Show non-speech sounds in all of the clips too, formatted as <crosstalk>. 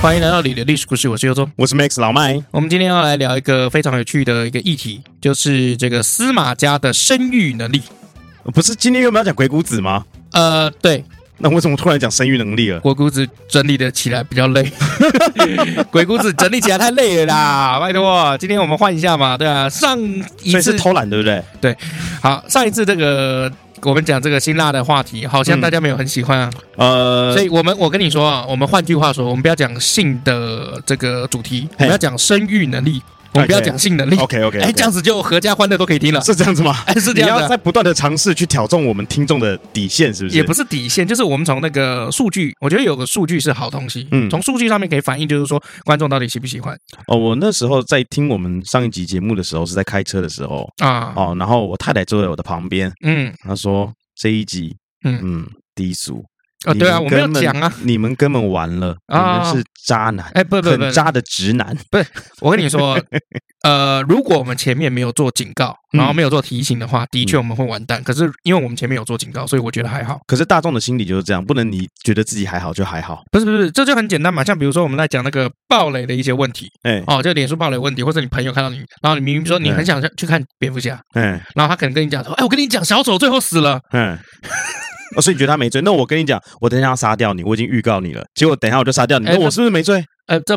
欢迎来到你的历史故事，我是尤忠。我是 Max 老麦，我们今天要来聊一个非常有趣的一个议题，就是这个司马家的生育能力。不是今天原本要讲鬼谷子吗？呃，对，那为什么突然讲生育能力了？鬼谷子整理的起来比较 <laughs> 累，鬼谷子整理起来太累了啦，拜托，今天我们换一下嘛，对啊，上一所以次是偷懒，对不对？好，上一次这个我们讲这个辛辣的话题，好像嗯大家没有很喜欢啊，呃，所以我们我跟你说啊，我们换句话说，我们不要讲性的这个主题，我嘿们要讲生育能力，我们不要 OK 讲性能力， OK OK，哎，这样子就合家欢乐都可以听了，是这样子吗？哎，是你这样要的。在不断的尝试去挑中我们听众的底线，是不是？也不是底线，就是我们从那个数据，我觉得有个数据是好东西，嗯从数据上面可以反映，就是说观众到底喜不喜欢哦，我那时候在听我们上一集节目的时候，是在开车的时候啊，哦，然后我太太坐在我的旁边，嗯，她说这一集，嗯嗯，低俗啊，对啊，你我们没有根本讲啊，你们根本完了，你啊们是渣男，哎，不不不很，渣的直男，我跟你 <laughs> 说，呃，如果我们前面没有做警告，嗯然后没有做提醒的话，的确我们会完蛋。可是因为我们前面有做警告，所以我觉得还好。可是大众的心理就是这样，不能你觉得自己还好就还好，不是不是，这就很简单嘛，像比如说我们在讲那个暴雷的一些问题，哎哦，就脸书暴雷问题，或者你朋友看到你，然后你明明说你嗯很想去看蝙蝠侠，哎然后他可能跟你讲说，哎，我跟你讲，小丑最后死了，嗯。哦所以你觉得他没罪？那我跟你讲，我等一下要杀掉你，我已经预告你了。结果等一下我就杀掉你，哎那我那是不是没罪？呃，这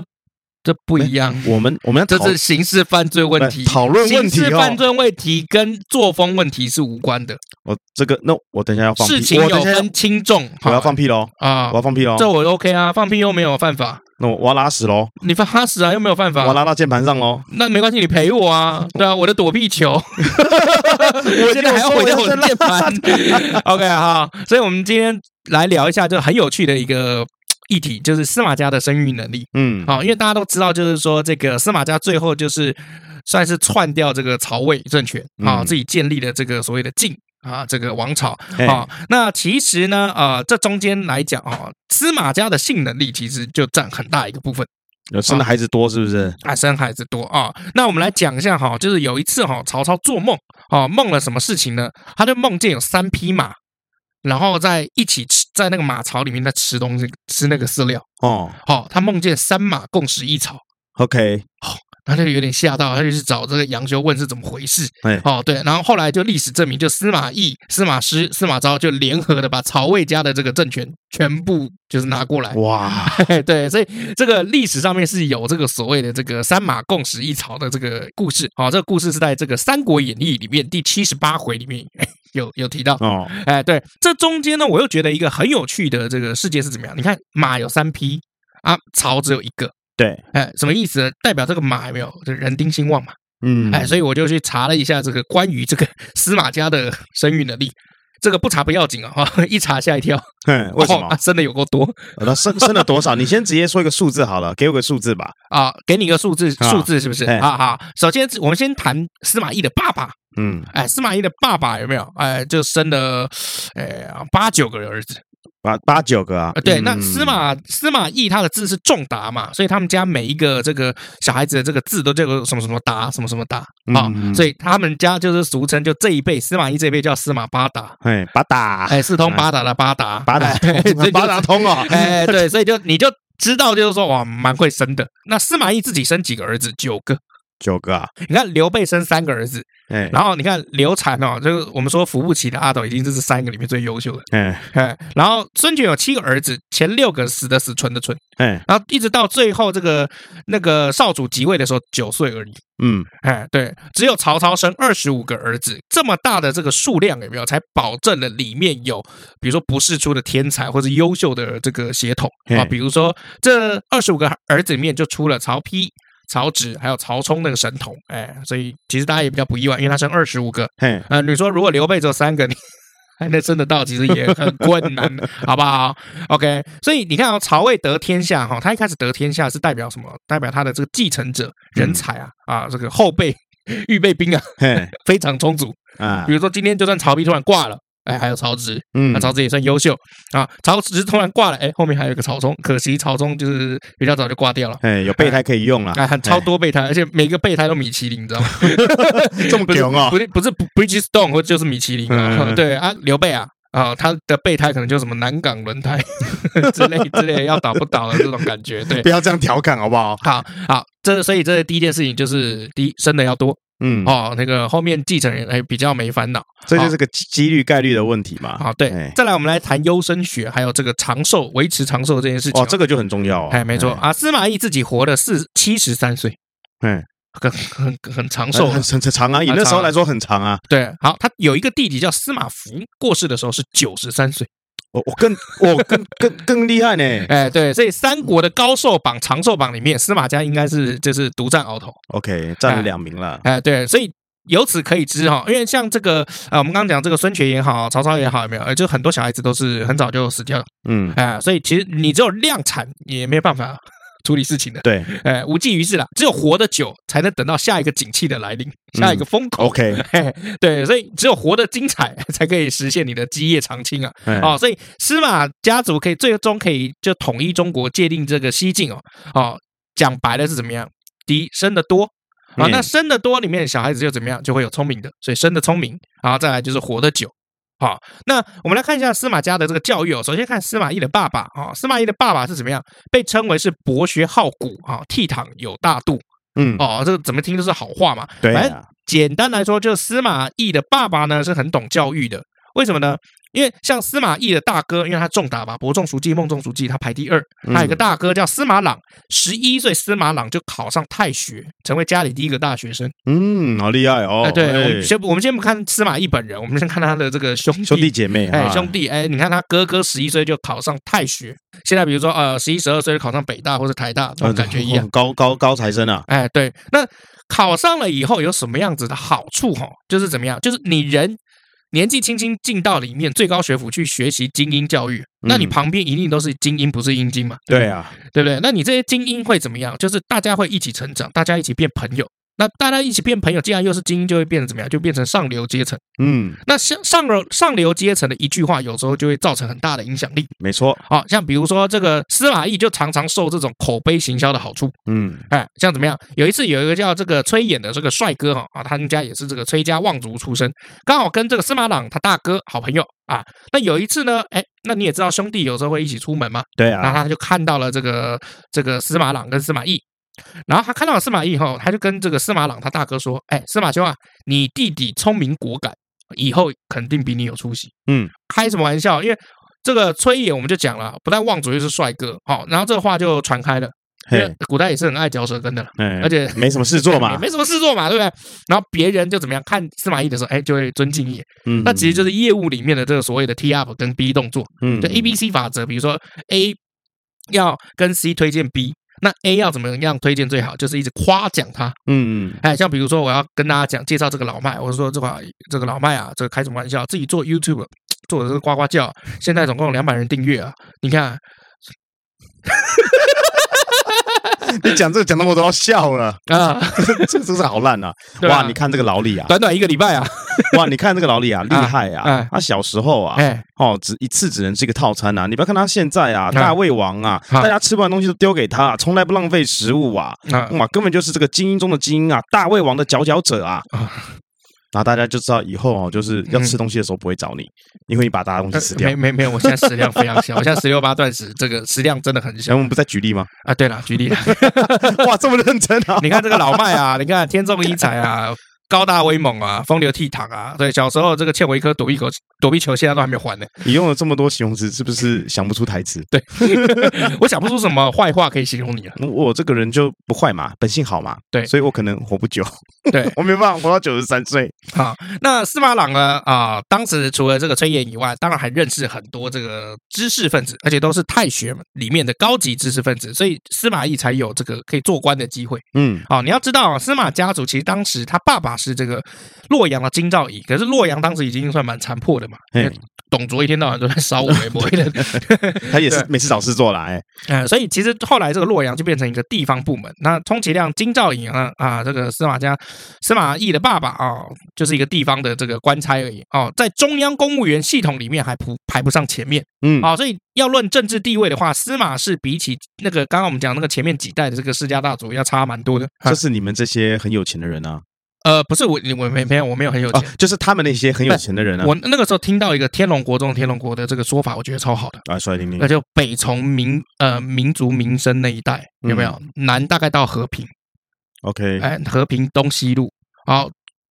这不一样。我们我们要这讨是刑事犯罪问题，呃讨论问题刑哦事犯罪问题跟作风问题是无关的，我哦这个，那我等一下要放屁，事情我等有一下要分轻重。我要好放屁喽，啊我要，放屁喽，这我 OK 啊，放屁又没有犯法，那我我要拉屎喽，你放哈死啊又没有犯我要法，拉到键盘上喽。那没关系，你赔我啊，对啊，我的躲避球， <laughs> 我现在还要回到我的键盘 <laughs> ，OK 啊哈，所以我们今天来聊一下，就很有趣的一个议题，就是司马家的生育能力。嗯，哦好，因为大家都知道，就是说这个司马家最后就是算是篡掉这个曹魏政权啊，嗯自己建立了这个所谓的晋啊这个王朝哎啊。那其实呢，呃，这中间来讲啊，司马家的性能力其实就占很大一个部分有生的孩子多是不是？啊，生孩子多啊。那我们来讲一下哈，就是有一次哈，曹操做梦啊，梦了什么事情呢？他就梦见有三匹马。然后在一起吃，在那个马槽里面在吃东西，吃那个饲料。哦好、他梦见三马共食一草， ，OK，他就有点吓到，他就去找这个杨修问是怎么回事。哎哦，对，然后后来就历史证明，就司马懿、司马师、司马昭就联合的把曹魏家的这个政权全部就是拿过来。哇， <laughs> 嘿对，所以这个历史上面是有这个所谓的这个三马共食一朝的这个故事。哦，这个故事是在这个《三国演义》里面第七十八回里面有有提到。哦，哎，对，这中间呢，我又觉得一个很有趣的这个世界是怎么样？你看，马有三匹啊，曹只有一个。对，哎，什么意思呢？代表这个马有没有这人丁兴旺嘛？嗯，哎，所以我就去查了一下这个关于这个 <laughs> 司马家的 <laughs> 生育能力。这个不查不要紧啊，哈，一查吓一跳，嗯，为什哦么呃啊？生的有够多那生生了多少？你先直接说一个数字好了，给我个数字吧。啊！给你一个数字，啊数字是不是？哎啊好，首先我们先谈司马懿的爸爸，嗯，哎，司马懿的爸爸有没有？哎，就生了，哎，八九个儿子。八八九个啊呃。对，嗯那司马司马懿他的字是仲达嘛，所以他们家每一个这个小孩子的这个字都叫做什么什么达，什么什么达啊嗯，嗯所以他们家就是俗称就这一辈司马懿这一辈叫司马八达，哎，八打，哎，四通八达的八达，八打哎通啊，八达，通哦所以。就哎，对，所以就你就知道就是说哇，蛮会生的。那司马懿自己生几个儿子？九个。九个啊，你看刘备生三个儿子，哎，然后你看刘禅哦，就是我们说扶不起的阿斗，已经这是三个里面最优秀的。哎哎，然后孙权有七个儿子，前六个死的死，存的存。哎，然后一直到最后这个那个少主即位的时候九岁而已。嗯，哎，对，只有曹操生二十五个儿子，这么大的这个数量有没有，才保证了里面有，比如说不世出的天才或者优秀的这个血统啊，嘿比如说这二十五个儿子里面就出了曹丕、曹植还有曹冲那个神童，哎，所以其实大家也比较不意外，因为他生二十五个，嘿，呃，你说如果刘备只有三个，你 <laughs> 还能争得到，其实也很困难，好不好？OK，所以你看啊、曹魏得天下哈、他一开始得天下是代表什么？代表他的这个继承者、嗯人才啊，啊，这个后备、预备兵啊，嘿，非常充足。啊 <laughs> 比，如说今天就算曹丕突然挂了，哎，还有曹植，嗯那曹植也算优秀啊。曹植突然挂了，哎，后面还有一个曹冲，可惜曹冲就是比较早就挂掉了。哎，有备胎可以用啦，啊，很超多备胎，而且每个备胎都米其林，你知道吗？这么不是穷哦不是不是 Bridgestone 或就是米其林啊，嗯对啊，刘备啊。啊、他的备胎可能就什么南港轮胎之类之类，要倒不倒的这种感觉。对 <laughs> 不，要这样调侃好不好？好好，这所以这第一件事情就是第一生的要多嗯，哦，那个后面继承人哎比较没烦恼这就是个几几率概率的问题嘛。啊。对哎，再来我们来谈优生学，还有这个长寿维持长寿这件事情哦，。这个就很重要哦。哎，没错啊，司马懿自己活了四七十三岁，哎，很很很长很寿了很。很很长啊，以很那时候长啊来说很长啊。对，好，他有一个弟弟叫司马孚，过世的时候是九十三岁。我我更我更更更厉害呢。 <laughs> 哎，对，所以三国的高寿榜、长寿榜里面，司马家应该是就是独占鳌头。 OK，占哎了两名了。哎，对，所以由此可以知哈，因为像这个呃，我们刚刚讲这个孙权也好，曹操也好，有没有？呃就很多小孩子都是很早就死掉了，嗯，哎、所以其实你只有量产也没有办法 <laughs> 处理事情的，对哎、无济于事啦。只有活得久，才能等到下一个景气的来临，下一个风口。 <laughs> ，OK，嘿，对，所以只有活得精彩， <laughs> 才可以实现你的基业长青啊！哎哦，所以司马家族可以最终可以就统一中国，界定这个西晋哦。哦，讲白了是怎么样？第一，生的多啊，嗯那生的多里面小孩子就怎么样，就会有聪明的，所以生的聪明，然后再来就是活得久。好，那我们来看一下司马家的这个教育哦。首先看司马懿的爸爸啊、哦，司马懿的爸爸是怎么样？被称为是博学好古啊、倜傥有大度嗯，哦，哎这个怎么听都是好话嘛。对反正啊，简单来说，就是司马懿的爸爸呢是很懂教育的。为什么呢？因为像司马懿的大哥，因为他重打嘛，伯仲叔季、孟仲叔季，他排第二。嗯他有一个大哥叫司马朗，十一岁司马朗就考上太学，成为家里第一个大学生。嗯，好厉害哦哎，。对，我们哎先不我们先不看司马懿本人，我们先看他的这个兄弟兄弟姐妹，哎，啊兄，弟，哎，你看他哥哥十一岁就考上太学，现在比如说呃十一十二岁就考上北大或者台大，这啊种感觉一样。，高高高材生啊。哎，对，那考上了以后有什么样子的好处哈？就是怎么样？就是你人年纪轻轻进到里面最高学府去学习精英教育，那你嗯旁边一定都是精英，不是阴精嘛？对啊，对不对？那你这些精英会怎么样？就是大家会一起成长，大家一起变朋友。那大家一起变朋友，既然又是精英，就会变成怎么样？就变成上流阶层。嗯，那上上流上流阶层的一句话，有时候就会造成很大的影响力。没错，好、像比如说这个司马懿就常常受这种口碑行销的好处。嗯哎，像怎么样？有一次有一个叫这个崔琰的这个帅哥哈啊，他们家也是这个崔家望族出身，刚好跟这个司马朗他大哥好朋友啊。那有一次呢，哎，那你也知道兄弟有时候会一起出门嘛，对然啊，后他就看到了这个这个司马朗跟司马懿，然后他看到了司马懿以后，他就跟这个司马朗他大哥说：“哎，司马兄啊，你弟弟聪明果敢，以后肯定比你有出息。”嗯，开什么玩笑？因为这个崔琰我们就讲了，不但望族又是帅哥，好、然后这个话就传开了。因为嘿，古代也是很爱嚼舌根的啦，哎而且没什么事做也嘛， <laughs> 没什么事做嘛，对不对？然后别人就怎么样看司马懿的时候，哎，就会尊敬你。嗯，那其实就是业务里面的这个所谓的 T up 跟 B 动作，嗯就 A B C 法则。比如说 A 要跟 C 推荐 B，那 A 要怎么样推荐最好？就是一直夸奖他。嗯嗯哎，像比如说我要跟大家讲介绍这个老麦，我说这款这个老麦啊，这个开什么玩笑？自己做 YouTube 做的是呱呱叫，啊现在总共两百人订阅啊，你看。你讲这个讲那么多，要笑了，啊， <laughs> 这真是好烂啊！对啊哇，你看这个老李啊，短短一个礼拜啊，哇，你看这个老李啊，厉害哎啊！他小时候啊，哎，哦，只一次只能吃一个套餐啊！你不要看他现在啊，啊大胃王啊，啊大家吃不完东西都丢给他，啊从来不浪费食物啊！啊，哇，根本就是这个精英中的精英啊，大胃王的佼佼者啊！啊然后大家就知道以后哦，就是要吃东西的时候不会找你，因为你把大家东西吃掉嗯呃没。没没有，我现在食量非常小，我现在十六八断食，这个食量真的很然小哎后我们不再举 <laughs> 例吗？啊。对了，举例了，哇，这么认真啊！你看这个老麦啊，你看天纵英才啊，高大威猛啊，风流倜傥啊，对，小时候这个欠我一颗躲避球，躲避球现在都还没还呢。 <laughs> 你用了这么多形容词，是不是想不出台词？对，我想不出什么坏话可以形容你了。我这个人就不坏嘛，本性好嘛，嗯对所以我可能活不久，对 <laughs> 我没办法活到九十三岁。啊，那司马朗呢啊，当时除了这个崔琰以外，当然还认识很多这个知识分子，而且都是太学里面的高级知识分子，所以司马懿才有这个可以做官的机会。嗯啊哦，你要知道，司马家族其实当时他爸爸骂是这个洛阳的京兆尹，可是洛阳当时已经算蛮残破的嘛，因嘿为董卓一天到晚都在烧我 <laughs> 微博的，他也是对每次找事做啦，哎，呃，所以其实后来这个洛阳就变成一个地方部门。那充其量京兆尹啊啊，这个司马家司马懿的爸爸啊、就是一个地方的这个官差而已哦，在中央公务员系统里面还不排不上前面嗯，哦，所以要论政治地位的话，司马氏比起那个刚刚我们讲那个前面几代的这个世家大族要差蛮多的。啊就是你们这些很有钱的人啊，呃，不是我我没没有我没有很有哦钱。，就是他们那些很有钱的人啊，我那个时候听到一个天龙国中的天龙国的这个说法，我觉得超好的。啊，说来听听那，就北从民呃民族民生那一带有没有？南大概到和平， OK，哎，和平东西路，好，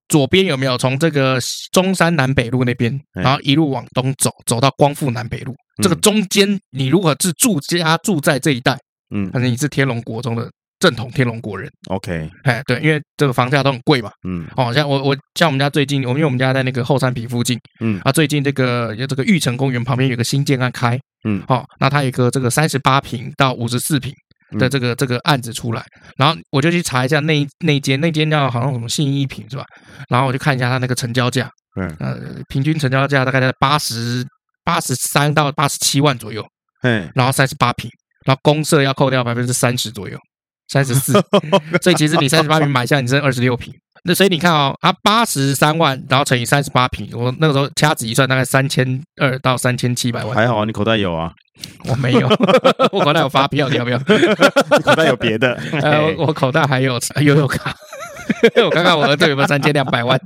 左边有没有从这个中山南北路那边，哎然后一路往东走，走到光复南北路，这个中间你如果是住家住在这一带，嗯反正你是天龙国中的正统天龙国人， ，OK，哎，对，因为这个房价都很贵嘛，嗯哦，像我我像我们家最近，我因为我们家在那个后山皮附近，嗯啊，最近这个有这个玉成公园旁边有个新建案开，嗯哦，那它有一个这个三十八平到五十四平的嗯这个这个案子出来，然后我就去查一下那一那一间那间叫好像什么信义品是吧？然后我就看一下它那个成交价，嗯，呃，平均成交价大概在八十八十三到八十七万左右，嘿，然后三十八平，然后公社要扣掉百分之三十左右，三十四，所以其实你三十八平买下，你剩二十六平。那所以你看哦，啊，八十三万，然后乘以三十八平，我那个时候掐指一算，大概三千二到三千七百万。 <laughs> 还好啊，你口袋有 <laughs> 啊，我没 <laughs> 有，我口袋有发票，你要不要？你口袋有别的，呃，哎我我口袋还有悠悠卡， <laughs> 我看看我儿子有没有三千两百万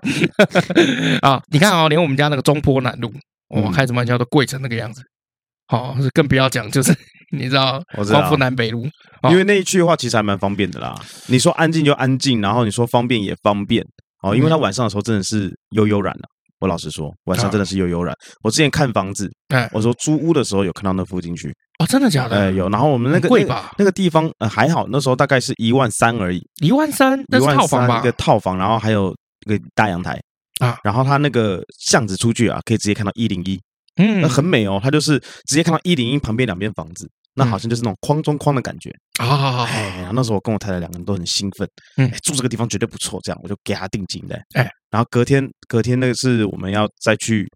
啊！你看哦，连我们家那个中坡南路，我、嗯开什么玩笑都贵成那个样子，好、是更不要讲，就是 <laughs> 你知道我知道光复南北路，因为那一区的话，其实还蛮方便的啦。你说安静就安静，然后你说方便也方便哦，嗯因为它晚上的时候真的是悠悠然了、我老实说，晚上真的是悠悠然。我之前看房子，啊哎，我说租屋的时候有看到那附近去，哦，真的假的？呃，有。然后我们那个很贵那个吧？那个地方、呃、还好，那时候大概是一万三而已，一万三，那一是万套房三吧一个？套房，然后还有一个大阳台啊然后它那个巷子出去啊，可以直接看到一零一，嗯那，很美哦。它就是直接看到一零一旁边两边房子，那嗯好像就是那种框中框的感觉。好好好好，哎，然后那时候我跟我太太两个人都很兴奋，嗯哎，住这个地方绝对不错，这样我就给他定金的，哎，然后隔天隔天那个是我们要再去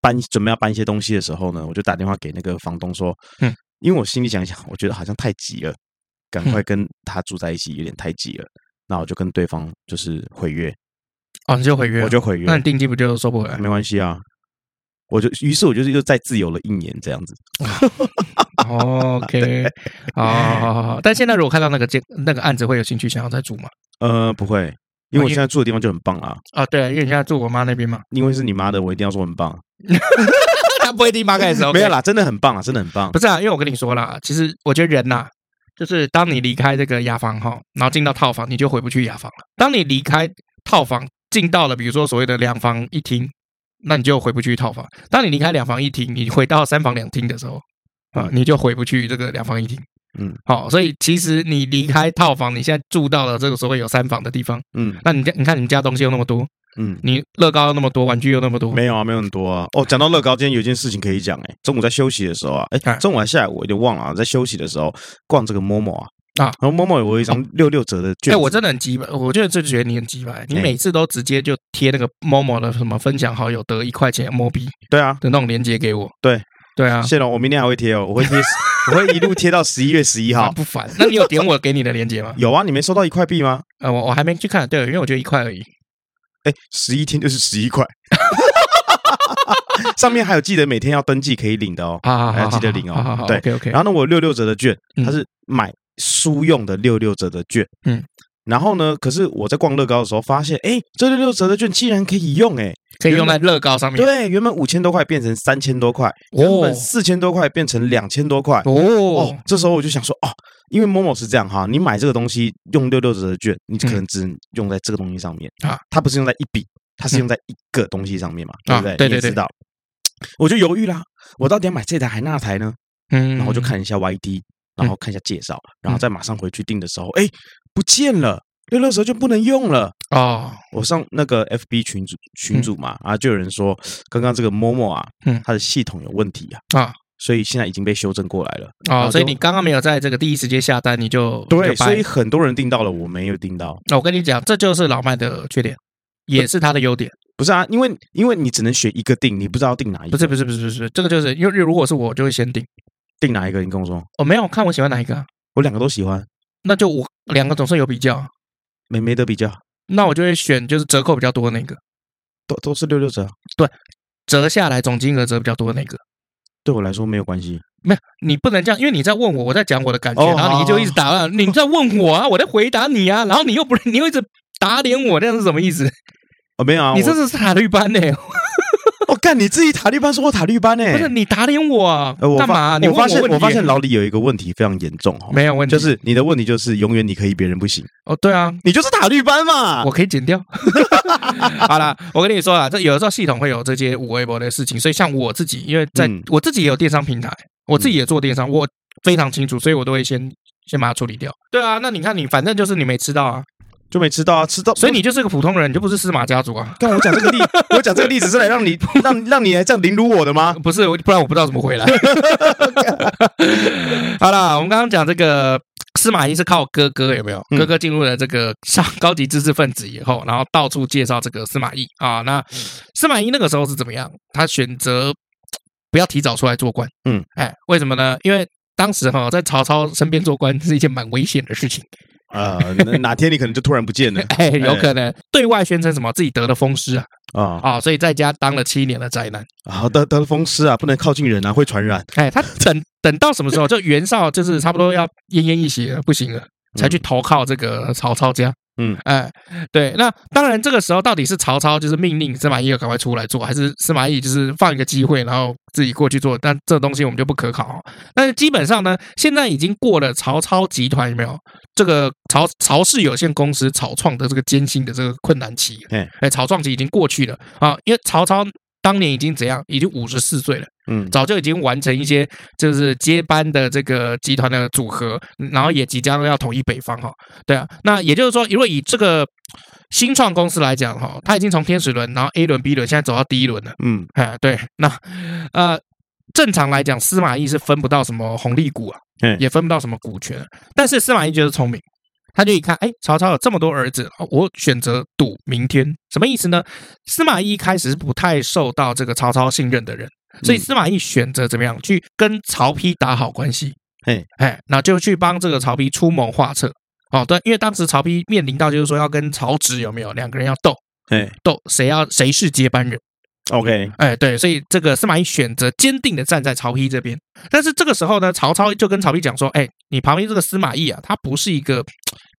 搬准备要搬一些东西的时候呢，我就打电话给那个房东说，嗯，因为我心里想一想，我觉得好像太急了，赶嗯快跟他住在一起有点太急了，那我就跟对方就是毁约，哦，你就毁约了，我就毁约那，你定金不就收不 <laughs> 回来？没关系啊。我就，于是我就是又再自由了一年这样子。哦 OK，好好好好好。但现在如果看到那个建那个案子，会有兴趣想要再住吗？呃，不会，因为我哦因为现在住的地方就很棒啊。啊，对，因为你现在住我妈那边嘛，因为是你妈的，我一定要说很 <laughs> 棒。哦她不会听妈开始。没有啦，啦，真的很棒啊，真的很棒不。是啊，因为我跟你说啦，其实我觉得人呐、就是当你离开这个雅房哈，然后进到套房，你就回不去雅房了。当你离开套房，进到了比如说所谓的两房一厅，那你就回不去套房。当你离开两房一厅，你回到三房两厅的时候，啊，你就回不去这个两房一厅。嗯，好，所以其实你离开套房，你现在住到了这个所谓有三房的地方，嗯那你家你看你们家东西又那么多，嗯，你乐高又那么多，玩具又那么多，没有啊，没有很多啊。哦，讲到乐高，今天有一件事情可以讲哎、中午在休息的时候啊，哎、哎中午还下来，我有点忘了啊，在休息的时候逛这个 Momo 啊。啊然后 Momo 我有一张六六折的哎、券，我真的很鸡巴，我觉得这就觉得你很鸡巴，你哎每次都直接就贴那个某某的什么分享好友得一块钱摸币对啊，的那种链接给我。对，对啊，谢龙，我明天还会贴哦，我 <laughs> 会贴，我会一路贴到十一月十一烦号。啊不烦？那你有点我给你的链接吗？ <laughs> 有啊，你没收到一块币吗？呃，我我还没去看，对，因为我就一块而已。哎，十一天就是十一块， <laughs> <laughs> 上面还有记得每天要登记可以领的哦。啊，哎好记得领哦好好好对，OK OK。然后呢，我有六六折的券，嗯它是买书用的六六折的券。嗯，然后呢，可是我在逛乐高的时候发现，哎，这六六折的券竟然可以用，哎，可以用在乐高上面。对，原本五千多块变成三千多块，原哦本四千多块变成两千多块。哦哦，，这时候我就想说，哦，因为某某是这样哈，你买这个东西用六六折的券，你可能只能用在这个东西上面啊，嗯它不是用在一笔，它是用在一个东西上面嘛，对啊不对？对你也对对知道，我就犹豫啦，我到底要买这台还那台呢？嗯，然后我就看一下 YD，然后看一下介绍，然后再马上回去订的时候，哎，不见了，六六折就不能用了。哦，我上那个 FB 群组群组嘛，啊，就有人说刚刚这个 Momo 啊，嗯它的系统有问题啊，啊所以现在已经被修正过来了。然哦，后所以就你刚刚没有在这个第一时间下单，你就对，就掰所以很多人订到了，我没有订到。那我跟你讲，这就是老麦的缺点。也是他的优点。不是啊，因为因为你只能选一个定，你不知道定哪一不个，是不是不是不是，这个就是因为如果是我，我就会先定。定哪一个，你跟我说，我、没有看我喜欢哪一个啊、我两个都喜欢，那就我两个总是有比较，没没得比较，那我就会选就是折扣比较多的那个，都都是六六折，折下来总金额折比较多的那个。对我来说没有关系。没有，你不能这样，因为你在问我，我在讲我的感觉，哦然后你就好一直打断，你在问我啊，我在回答你啊，然后你又不，你又一直打脸我，这样是什么意思？哦，没有啊，你我这是塔利班呢、我干你自己塔利班说我塔利班呢、欸不是你打脸我啊呃，我干嘛啊、发你我问发现问题我发现老李有一个问题非常严重哈，没有问题，就是你的问题就是永远你可以，别人不行，哦，对啊，你就是塔利班嘛。我可以剪掉。 <laughs> 好啦，我跟你说啊，这有的时候系统会有这些五微博的事情，所以像我自己，因为在、嗯我自己也有电商平台，我自己也做电商，我非常清楚，所以我都会先先把它处理掉。嗯对啊，那你看你反正就是你没吃到啊，就没吃到啊，吃到。所以你就是个普通人，你就不是司马家族啊。看我讲这个例， <laughs> 我讲这个例子是来 <laughs> 让你让让你来这样凌辱我的吗？不是，我不然我不知道怎么回来。 <laughs> 好啦，我们刚刚讲这个司马懿是靠哥哥有没有？嗯哥哥进入了这个上高级知识分子以后，然后到处介绍这个司马懿啊。那嗯司马懿那个时候是怎么样？他选择不要提早出来做官。嗯，哎，为什么呢？因为当时哈，在曹操身边做官是一件蛮危险的事情，啊、那哪天你可能就突然 <laughs> 不见了 <laughs> 哎，有可能对外宣称什么自己得了风湿啊，啊！啊，所以在家当了七年的宅男。啊，得得了风湿啊，不能靠近人啊，会传染。哎，他等等到什么时候？就袁绍就是差不多要奄奄一息了，不行了，才去投靠这个曹操家。嗯，哎，对，那当然，这个时候到底是曹操就是命令司马懿要赶快出来做，还是司马懿就是放一个机会，然后自己过去做？但这东西我们就不可考哦。但是基本上呢，现在已经过了曹操集团有没有这个曹曹氏有限公司草创的这个艰辛的这个困难期嗯？哎，草创期已经过去了啊，因为曹操当年已经怎样，已经五十四岁了。嗯，早就已经完成一些就是接班的这个集团的组合，然后也即将要统一北方哈、对啊，那也就是说，如果以这个新创公司来讲哈、它已经从天使轮，然后 A 轮、B 轮，现在走到 D 轮了。嗯，哎，对，那呃，正常来讲，司马懿是分不到什么红利股啊嗯，也分不到什么股权，但是司马懿就是聪明。他就一看，哎，曹操有这么多儿子，哦我选择赌明天，什么意思呢？司马懿一开始是不太受到这个曹操信任的人，所以司马懿选择怎么样去跟曹丕打好关系，嘿，哎，那就去帮这个曹丕出谋划策。哦，对，因为当时曹丕面临到就是说要跟曹植有没有两个人要斗哎斗，谁要谁是接班人。 ，OK，哎，对，所以这个司马懿选择坚定的站在曹丕这边，但是这个时候呢，曹操就跟曹丕讲说：“哎，你旁边这个司马懿啊，他不是一个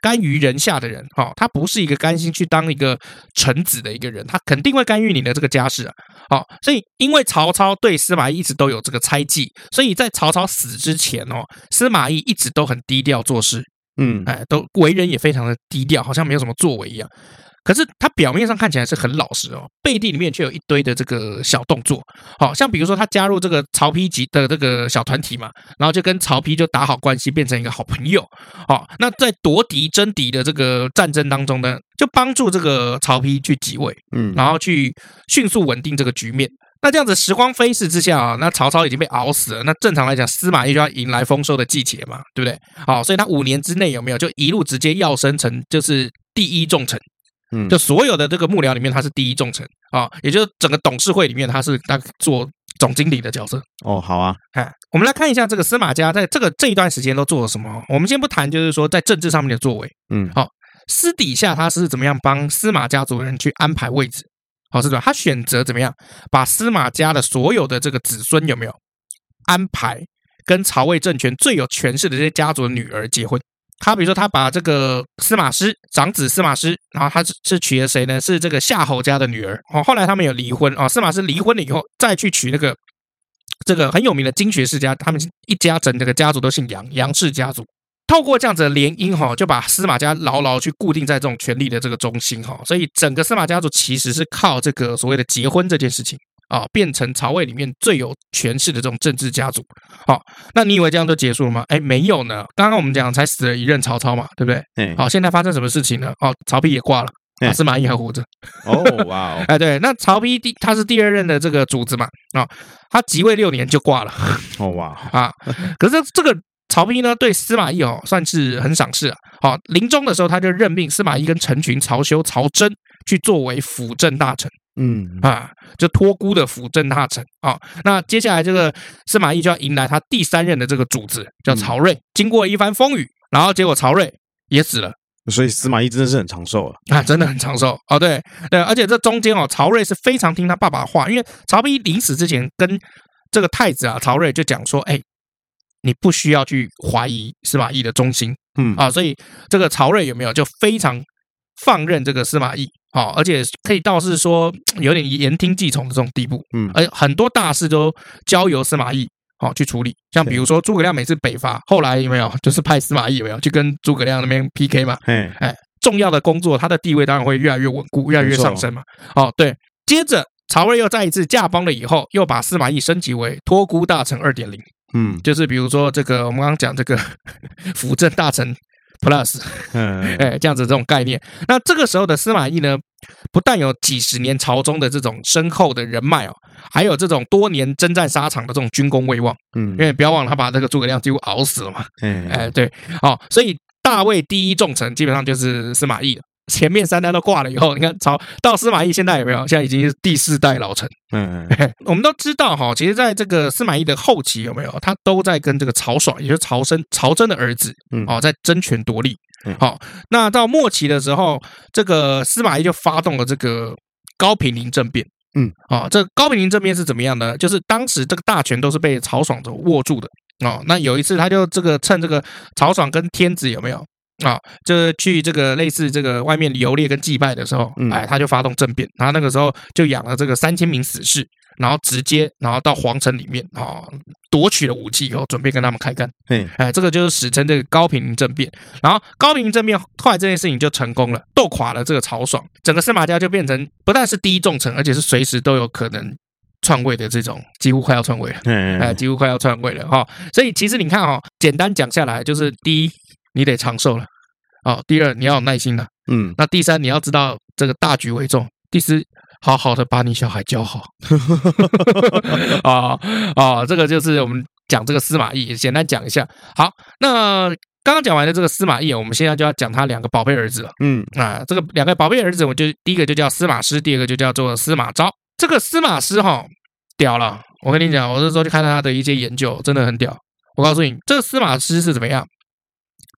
甘于人下的人，哦，他不是一个甘心去当一个臣子的一个人，他肯定会干预你的这个家事啊。”哦，所以因为曹操对司马懿一直都有这个猜忌，所以在曹操死之前哦，司马懿一直都很低调做事，嗯，哎，都为人也非常的低调，好像没有什么作为一样。可是他表面上看起来是很老实哦，背地里面却有一堆的这个小动作。好、像比如说他加入这个曹丕集的这个小团体嘛，然后就跟曹丕就打好关系，变成一个好朋友。好、那在夺嫡争嫡的这个战争当中呢，就帮助这个曹丕去即位。嗯，然后去迅速稳定这个局面。那这样子时光飞逝之下啊，那曹操已经被熬死了。那正常来讲，司马懿就要迎来丰收的季节嘛，对不对？好，所以他五年之内有没有就一路直接要升成就是第一重臣？嗯就所有的这个幕僚里面，他是第一重臣啊，也就是整个董事会里面，他是他做总经理的角色。哦，好啊，哎，我们来看一下这个司马家在这个这一段时间都做了什么。哦我们先不谈，就是说在政治上面的作为，嗯私底下他是怎么样帮司马家族的人去安排位置？好、是的，他选择怎么样把司马家的所有的这个子孙有没有安排跟曹魏政权最有权势的这些家族的女儿结婚？他比如说，他把这个司马师长子司马师，然后他是是娶了谁呢？是这个夏侯家的女儿。哦，后来他们有离婚哦，司马师离婚了以后，再去娶那个这个很有名的经学世家，他们一家整个家族都姓杨，杨氏家族。透过这样子的联姻哈、就把司马家牢牢去固定在这种权力的这个中心哈、所以整个司马家族其实是靠这个所谓的结婚这件事情啊、变成曹魏里面最有权势的这种政治家族。好、那你以为这样就结束了吗？哎，没有呢，刚刚我们讲才死了一任曹操嘛，对不对？哎，好、现在发生什么事情呢？哦，曹丕也挂了，啊哎司马懿还活着。哦，哇哦，哎，对，那曹丕第他是第二任的这个主子嘛，啊、他即位六年就挂了。哦哇， <laughs> 啊。可是这个曹丕呢，对司马懿哦，算是很赏识啊。好、临终的时候，他就任命司马懿跟陈群、曹休、曹真去作为辅政大臣嗯，啊，就托孤的辅政大臣啊。那接下来这个司马懿就要迎来他第三任的这个主子，叫曹睿。经过一番风雨，然后结果曹睿也死了。所以司马懿真的是很长寿啊。啊，真的很长寿哦，对对，而且这中间哦，曹睿是非常听他爸爸话，因为曹丕临死之前跟这个太子啊曹睿就讲说，哎，你不需要去怀疑司马懿的忠心嗯，啊，所以这个曹睿有没有就非常放任这个司马懿啊，而且可以到是说有点言听计从的这种地步，嗯而哎很多大事都交由司马懿。好、去处理，像比如说诸葛亮每次北伐，后来有没有就是派司马懿有没有去跟诸葛亮那边 PK 嘛？嘿，重要的工作，他的地位当然会越来越稳固，越来越上升嘛。哦，对。接着曹睿又再一次驾崩了以后，又把司马懿升级为托孤大臣二点零，嗯就是比如说这个我们刚刚讲这个 <laughs> 辅政大臣 plus，嗯，哎，这样子这种概念。那这个时候的司马懿呢，不但有几十年朝中的这种深厚的人脉哦，还有这种多年征战沙场的这种军功威望，嗯因，为不要忘了他把这个诸葛亮几乎熬死了嘛。哎，哎，对，哦，所以大魏第一重臣基本上就是司马懿了。前面三代都挂了以后，你看曹到司马懿现在有没有？现在已经是第四代老臣。 <laughs> 嗯，嘿嘿我们都知道哈，其实在这个司马懿的后期有没有，他都在跟这个曹爽，也就是曹参、曹真的儿子嗯，哦，在争权夺利嗯。好、那到末期的时候，这个司马懿就发动了这个高平陵政变。嗯，哦，这个高平陵政变是怎么样呢？就是当时这个大权都是被曹爽所握住的。哦，那有一次他就这个趁这个曹爽跟天子有没有？啊、就是去这个类似这个外面游猎跟祭拜的时候，嗯哎，他就发动政变，然后那个时候就养了这个三千名死士，然后直接然后到皇城里面啊、哦夺取了武器以后，准备跟他们开干。嘿，哎，这个就是史称这个高平陵政变。然后高平陵政变后来这件事情就成功了，斗垮了这个曹爽，整个司马家就变成不但是第一重臣，而且是随时都有可能篡位的这种，几乎快要篡位了，哎，哎，几乎快要篡位了哈、所以其实你看哈、简单讲下来，就是第一，你得长寿了。哦，第二，你要有耐心了。嗯，那第三，你要知道这个大局为重。第四，好好的把你小孩教好。嗯 <laughs> 啊啊，这个就是我们讲这个司马懿，简单讲一下。好，那刚刚讲完的这个司马懿，我们现在就要讲他两个宝贝儿子了。嗯，啊，这个两个宝贝儿子，我就第一个就叫司马师，第二个就叫做司马昭。这个司马师哈，屌了！我跟你讲，我那时候去看他的一些研究，真的很屌。我告诉你，这个司马师是怎么样？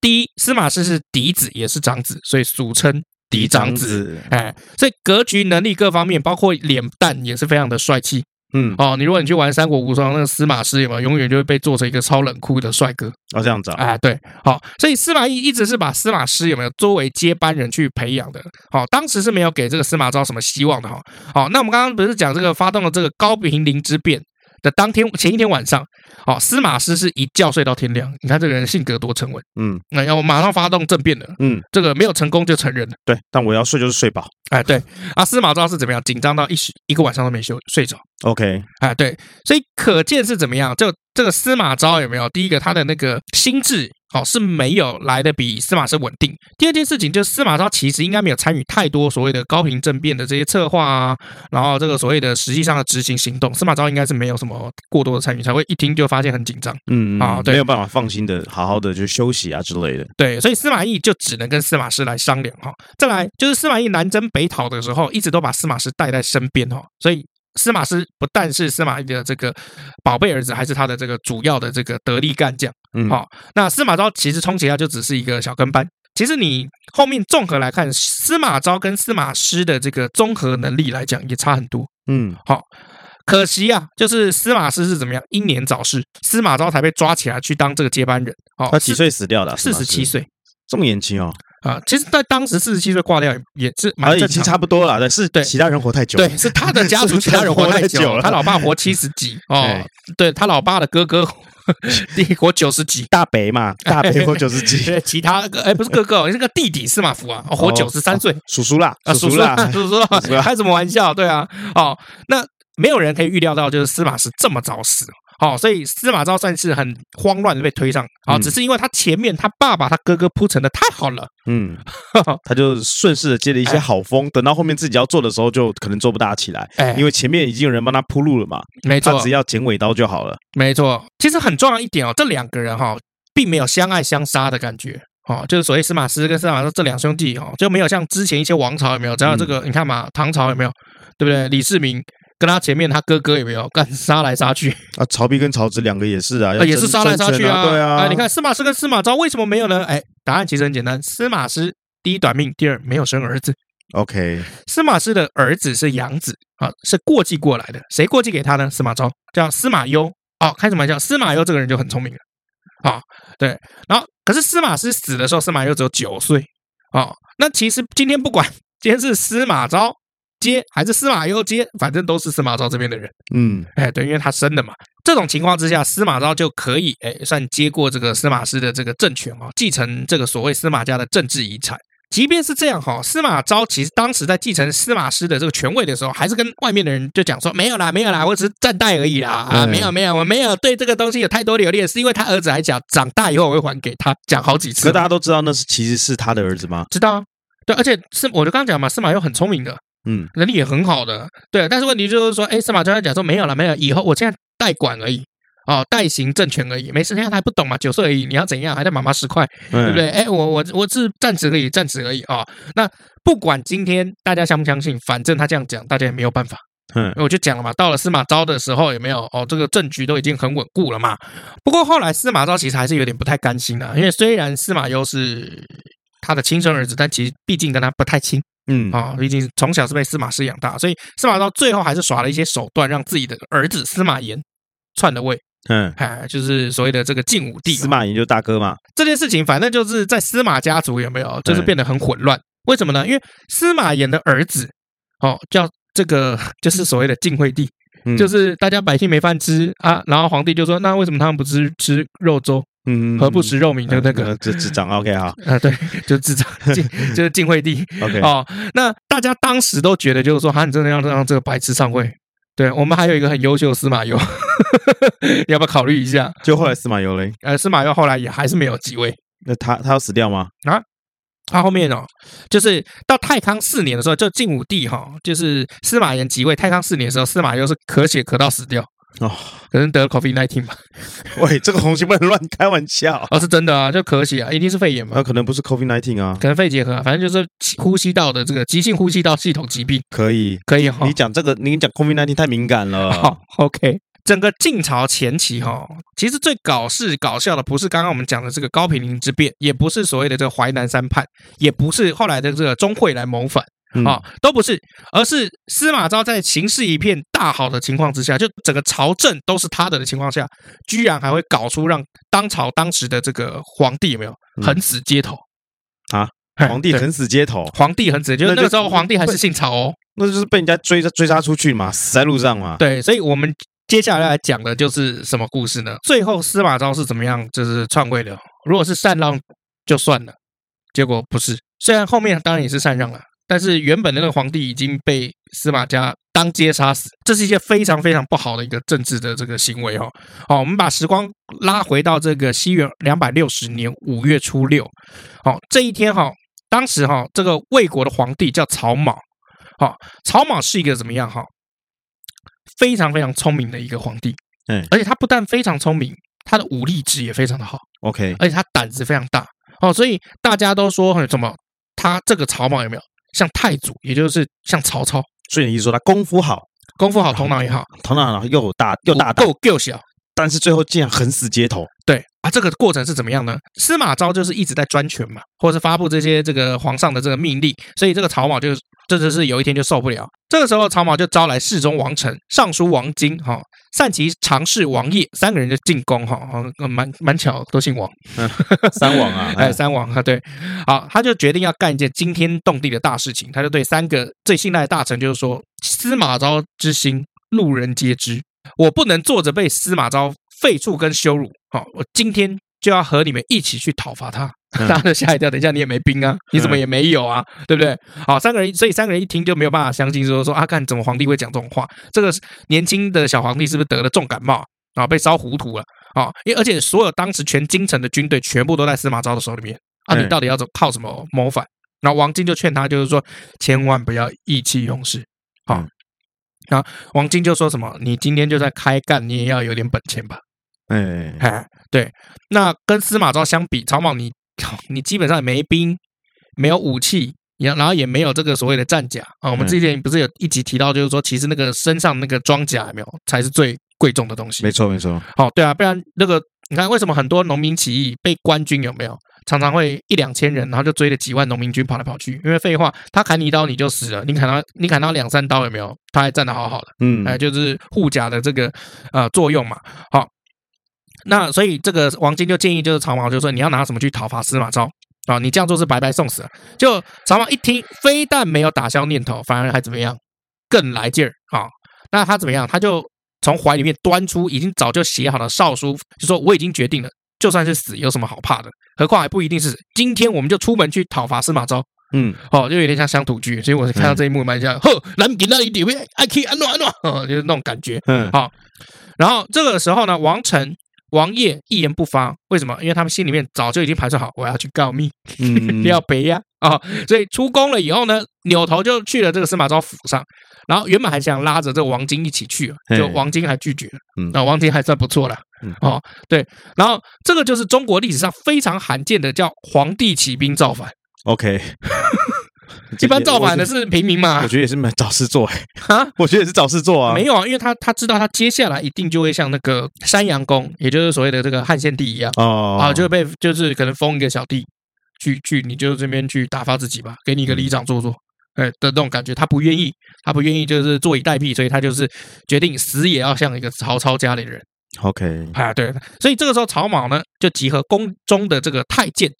第一，司马师是嫡子，也是长子，所以俗称嫡长子。，哎，所以格局、能力各方面，包括脸蛋也是非常的帅气嗯，哦。你如果你去玩《三国无双》，那个司马师有没有永远就会被做成一个超冷酷的帅哥？要这样子啊，哎，对，好、所以司马懿一直是把司马师有没有作为接班人去培养的，好、当时是没有给这个司马昭什么希望的哈。好、那我们刚刚不是讲这个发动了这个高平陵之变的当天前一天晚上，好、司马师是一觉睡到天亮，你看这个人性格多沉稳，嗯那、要马上发动政变了，嗯，这个没有成功就承认了，对，但我要睡就是睡饱哎，对，啊，司马昭是怎么样，紧张到一时一个晚上都没休睡着。 ，OK，啊，对，所以可见是怎么样？就这个司马昭有没有？第一个，他的那个心智哦是没有来的比司马师稳定。第二件事情就是司马昭其实应该没有参与太多所谓的高平政变的这些策划啊，然后这个所谓的实际上的执行行动，司马昭应该是没有什么过多的参与，才会一听就发现很紧张。嗯，啊对没有办法放心的好好的去休息啊之类的，对，所以司马懿就只能跟司马师来商量哈、再来就是司马懿南征北讨的时候，一直都把司马师带在身边哈、所以司马师不但是司马懿的这个宝贝儿子，还是他的这个主要的这个得力干将。嗯，好、那司马昭其实充其量就只是一个小跟班。其实你后面综合来看，司马昭跟司马师的这个综合能力来讲也差很多。嗯，好、可惜啊，就是司马师是怎么样英年早逝，司马昭才被抓起来去当这个接班人。哦，他几岁死掉的啊？四十七岁，岁这么年轻哦，啊，其实，在当时四十七岁挂掉也也是啊，蛮已正经常的。差不多了，对，是对其他人活太久，对，，是他的家族其他人活 <laughs> 太活太久久了，了他老爸活七十几哦哎，对他老爸的哥 <laughs> 哥弟活九十几，大 <laughs> 北嘛，大北活九十几，对其他哎不是哥哥哦，是个弟弟司马孚啊，哦活哦九十三岁叔叔啦，啊，叔叔啦，叔 <laughs> 叔叔叔啊开什么玩笑？对啊，哦，那没有人可以预料到，就是司马师这么早死。哦，所以司马昭算是很慌乱的被推上，哦，嗯只是因为他前面他爸爸他哥哥铺陈的太好了， <laughs> 嗯，他就顺势的接了一些好风，等到后面自己要做的时候，就可能做不大起来，哎，因为前面已经有人帮他铺路了嘛，没错，他只要剪尾刀就好了。哦没错，其实很重要一点哦，这两个人哈、并没有相爱相杀的感觉哦，就是所谓司马师跟司马昭这两兄弟哦，就没有像之前一些王朝有没有，只要这个、你看嘛，唐朝有没有，对不对？李世民跟他前面他哥哥有没有干杀来杀去，啊，曹丕跟曹植两个也是啊，要呃也是争杀来杀争去权对啊啊，你看司马师跟司马昭为什么没有呢？哎，答案其实很简单，司马师第一短命，第二没有生儿子。 ，OK，司马师的儿子是养子啊，是过继过来的。谁过继给他呢？司马昭，叫司马攸。哦，开什么玩笑？司马攸这个人就很聪明了啊、对。然后，可是司马师死的时候，司马攸只有九岁哦。那其实今天不管今天是司马昭接还是司马攸接，反正都是司马昭这边的人。嗯，哎，对，因为他生的嘛。这种情况之下，司马昭就可以哎算接过这个司马师的这个政权哦，继承这个所谓司马家的政治遗产。即便是这样哈、司马昭其实当时在继承司马师的这个权位的时候，还是跟外面的人就讲说没有啦，没有啦，我只是暂代而已啦，啊，对没有没有，我没有对这个东西有太多留恋，是因为他儿子还讲长大以后我会还给他，讲好几可次是大，家都知道那是其实是他的儿子吗？知道啊？对，而且司我就刚刚讲嘛，司马攸很聪明的，嗯，能力也很好的，对。但是问题就是说，哎，司马昭他讲说没有了，没有，以后我现在代管而已，哦，代行政权而已，没事，现在他还不懂嘛，九岁而已，你要怎样，还在妈妈十块，对对不？对？哎，我我我是暂时而已，暂时而已哦。那不管今天大家相不相信，反正他这样讲，大家也没有办法。嗯我就讲了嘛，到了司马昭的时候，有没有哦？这个政局都已经很稳固了嘛。不过后来司马昭其实还是有点不太甘心的、因为虽然司马攸是他的亲生儿子，但其实毕竟跟他不太亲。嗯，啊、毕竟从小是被司马师养大，所以司马昭最后还是耍了一些手段，让自己的儿子司马炎篡了位，嗯，哎，就是所谓的这个晋武帝司马炎就大哥嘛，这件事情，反正就是在司马家族有没有，就是对变得很混乱。为什么呢？因为司马炎的儿子哦，叫这个就是所谓的晋惠帝，嗯就是大家百姓没饭吃啊，然后皇帝就说，那为什么他们不吃吃肉粥，嗯，何不食肉糜？嗯？就那个呃这这长 <laughs> OK 哈啊，对，就智障，晋 <laughs> 就是晋惠帝， ，OK，哦，那大家当时都觉得就是说，哈，啊你真的要让这个白痴上位？对我们还有一个很优秀的司马攸， <laughs> 要不要考虑一下？就后来司马攸嘞，呃，司马攸后来也还是没有继位，那他他要死掉吗？ <laughs> 他后面哦，就是到太康四年的时候，就晋武帝哈、就是司马炎即位。太康四年的时候，司马攸是咳血咳到死掉，哦，可能得了 COVID nineteen 吧？喂，这个红心不能乱开玩笑，哦，是真的啊，就咳血啊，一定是肺炎嘛那，可能不是 COVID nineteen 啊，可能肺结核、啊，反正就是气呼吸道的这个急性呼吸道系统疾病，可以。可以哈、你讲这个，你讲 COVID nineteen 太敏感了。好，OK。整嗯个晋朝前期哈、其实最搞事搞笑的不是刚刚我们讲的这个高平陵之变，也不是所谓的这个淮南三叛，也不是后来的这个钟会来谋反嗯啊、都不是，而是司马昭在形势一片大好的情况之下，就整个朝政都是他的的情况下，居然还会搞出让当朝当时的这个皇帝有没有嗯横死街头啊？嘿皇帝对横死街头，皇帝横死，就是那那个时就候皇帝还是姓曹哦。那就是被人家追追杀出去嘛，死在路上嘛。对，所以我们接下来来讲的就是什么故事呢？最后司马昭是怎么样就是篡位的？如果是禅让就算了，结果不是。虽然后面当然也是禅让了，但是原本的那个皇帝已经被司马家当街杀死，这是一件非常非常不好的一个政治的这个行为哦。好，我们把时光拉回到这个西元两百六十年五月初六，好，这一天哈、当时哈、这个魏国的皇帝叫曹髦，好，曹髦是一个怎么样哈、非常非常聪明的一个皇帝，嗯而且他不但非常聪明，他的武力值也非常的好， OK，而且他胆子非常大哦，所以大家都说哎怎么他这个曹髦有没有像太祖，也就是像曹操，所以你说他功夫好，功夫好，头脑也好，头脑又大又大胆，够够小，但是最后竟然横死街头。对啊，这个过程是怎么样呢？司马昭就是一直在专权嘛，或者是发布这些这个皇上的这个命令，所以这个曹髦就真的是有一天就受不了。这个时候，曹髦就招来侍中王臣、尚书王经、哈、善其常侍王业三个人就进宫哈、哦呃蛮蛮巧都姓王。三 <laughs> 王啊，哎，哎，三王啊，对，好，他就决定要干一件惊天动地的大事情，他就对三个最信赖的大臣就是说：“司马昭之心，路人皆知，我不能坐着被司马昭废黜跟羞辱，好、我今天就要和你们一起去讨伐他。”嗯大家都吓一跳，等一下你也没兵啊，你怎么嗯也没有啊，对不对？好，三个人，所以三个人一听就没有办法相信，说说啊，看怎么皇帝会讲这种话？这个年轻的小皇帝是不是得了重感冒啊？被烧糊涂了啊？因为而且所有当时全京城的军队全部都在司马昭的手里面，啊，你嗯到底要怎靠什么谋反？然后王经就劝他，就是说千万不要意气用事啊嗯。然后王经就说什么：“你今天就在开干，你也要有点本钱吧。”哎，哎，对，那跟司马昭相比，曹髦你 <laughs> 你基本上也没兵，没有武器，也然后也没有这个所谓的战甲啊。我们嗯之前不是有一集提到，就是说其实那个身上那个装甲有没有才是最贵重的东西 <laughs> 没。错没错，好、对啊，不然那个你看为什么很多农民起义被官军有没有？常常会一两千人，然后就追着几万农民军跑来跑去，因为废话，他砍你一刀你就死了，你砍他你砍他两三刀有没有？他还站得好好的。嗯哎、，就是护甲的这个呃作用嘛。好，那所以这个王金就建议，就是曹髦就说你要拿什么去讨伐司马昭啊？你这样做是白白送死了。就曹髦一听，非但没有打消念头，反而还怎么样，更来劲儿啊！那他怎么样？他就从怀里面端出已经早就写好的诏书，就说我已经决定了，就算是死，有什么好怕的？何况还不一定是死今天，我们就出门去讨伐司马昭。嗯，哦，就有点像乡土剧，所以我是看到这一幕蛮像，呵，南京那一点爱哎去安诺安诺，哦就是那种感觉。嗯，好，然后这个时候呢，王成、王业一言不发，为什么？因为他们心里面早就已经盘算好，我要去告密，嗯，要北呀啊、哦所以出宫了以后呢，扭头就去了这个司马昭府上。然后原本还想拉着这个王晶一起去，啊就嘿王晶还拒绝了。嗯那、王晶还算不错了嗯。哦，对，然后这个就是中国历史上非常罕见的叫皇帝起兵造反。 OK， <laughs> 一般造 <laughs> 反的是，是平民我嘛，觉得也是蛮找事做，哎啊， <laughs> 我觉得也是找事做啊，没有啊，因为他他知道他接下来一定就会像那个山阳公，也就是所谓的这个汉献帝一样哦，啊，就会被就是可能封一个小弟，去去你就这边去打发自己吧，给你一嗯个里长做做，哎的那种感觉，他不愿意，他不愿意就是坐以待毙，所以他就是决定死也要像一个曹操家里人 OK，啊，对，所以这个时候曹髦呢就集合宫中的这个太监、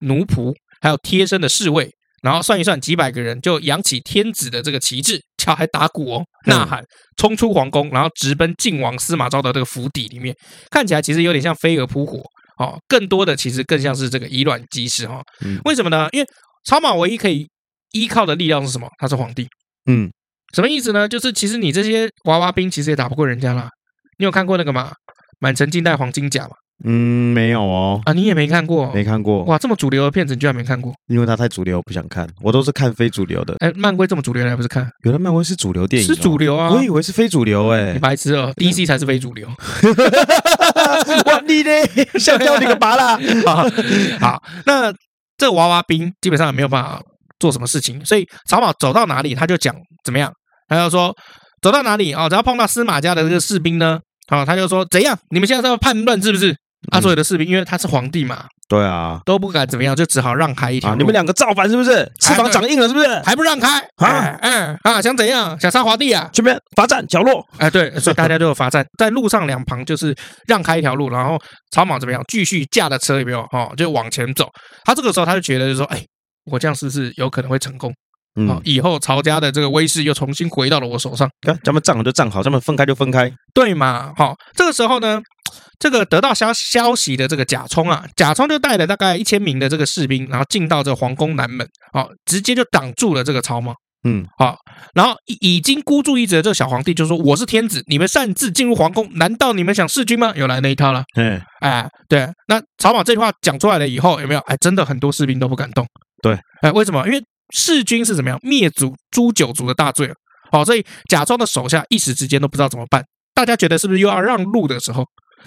奴仆，还有贴身的侍卫。然后算一算，几百个人就扬起天子的这个旗帜， <laughs> 敲还打鼓哦，嗯呐喊，冲出皇宫，然后直奔晋王司马昭的这个府邸里面。看起来其实有点像飞蛾扑火哦，更多的其实更像是这个以卵击石哈、哦嗯。为什么呢？因为曹髦唯一可以依靠的力量是什么？他是皇帝。嗯，什么意思呢？就是其实你这些娃娃兵其实也打不过人家啦。你有看过那个吗？满城尽带黄金甲嘛？嗯，没有哦，啊，你也没看过？没看过，哇，这么主流的片子你居然没看过？因为它太主流，不想看。我都是看非主流的。哎，漫威这么主流，你还不是看？原来漫威是主流电影哦，是主流啊我以为是非主流哎 <laughs> 你。白痴哦！DC 才是非主流。哇，你 <laughs> 嘞，想掉你个啊 <laughs> 拔啦！好，好，那这娃娃兵基本上也没有办法做什么事情，所以曹髦走到哪里他就讲怎么样，他就说走到哪里啊、哦，只要碰到司马家的这个士兵呢，啊、他就说怎样，你们现在是要叛乱是不是？啊，嗯所有的士兵因为他是皇帝嘛，对啊，都不敢怎么样，就只好让开一条啊，路、哎你们两个造反是不是？翅膀长硬了是不是？还不让开啊？哎啊，想怎样？想杀皇帝啊？这边罚站角落。哎，对， <laughs> 所以大家都有罚站，在路上两旁就是让开一条路，然后曹莽怎么样，继续驾着车有没有？哦，就往前走。他这个时候他就觉得就说，哎，我这样是不是有可能会成功？哦嗯，，以后曹家的这个威势又重新回到了我手上，看咱们站好就站好，咱们分开就分开。对嘛？好、这个时候呢，这个得到消消息的这个贾充啊，贾充就带了大概一千名的这个士兵，然后进到这皇宫南门，哦，直接就挡住了这个曹莽。嗯，好，然后已已经孤注一掷的这个小皇帝就说：“我是天子，你们擅自进入皇宫，难道你们想弑君吗？”又来那一套了，哎，哎，对，那曹莽这句话讲出来了以后，有没有？哎，真的很多士兵都不敢动。对，哎，为什么？因为弑君是怎么样灭族诛九族的大罪，好、所以贾充的手下一时之间都不知道怎么办。大家觉得是不是又要让路的时候？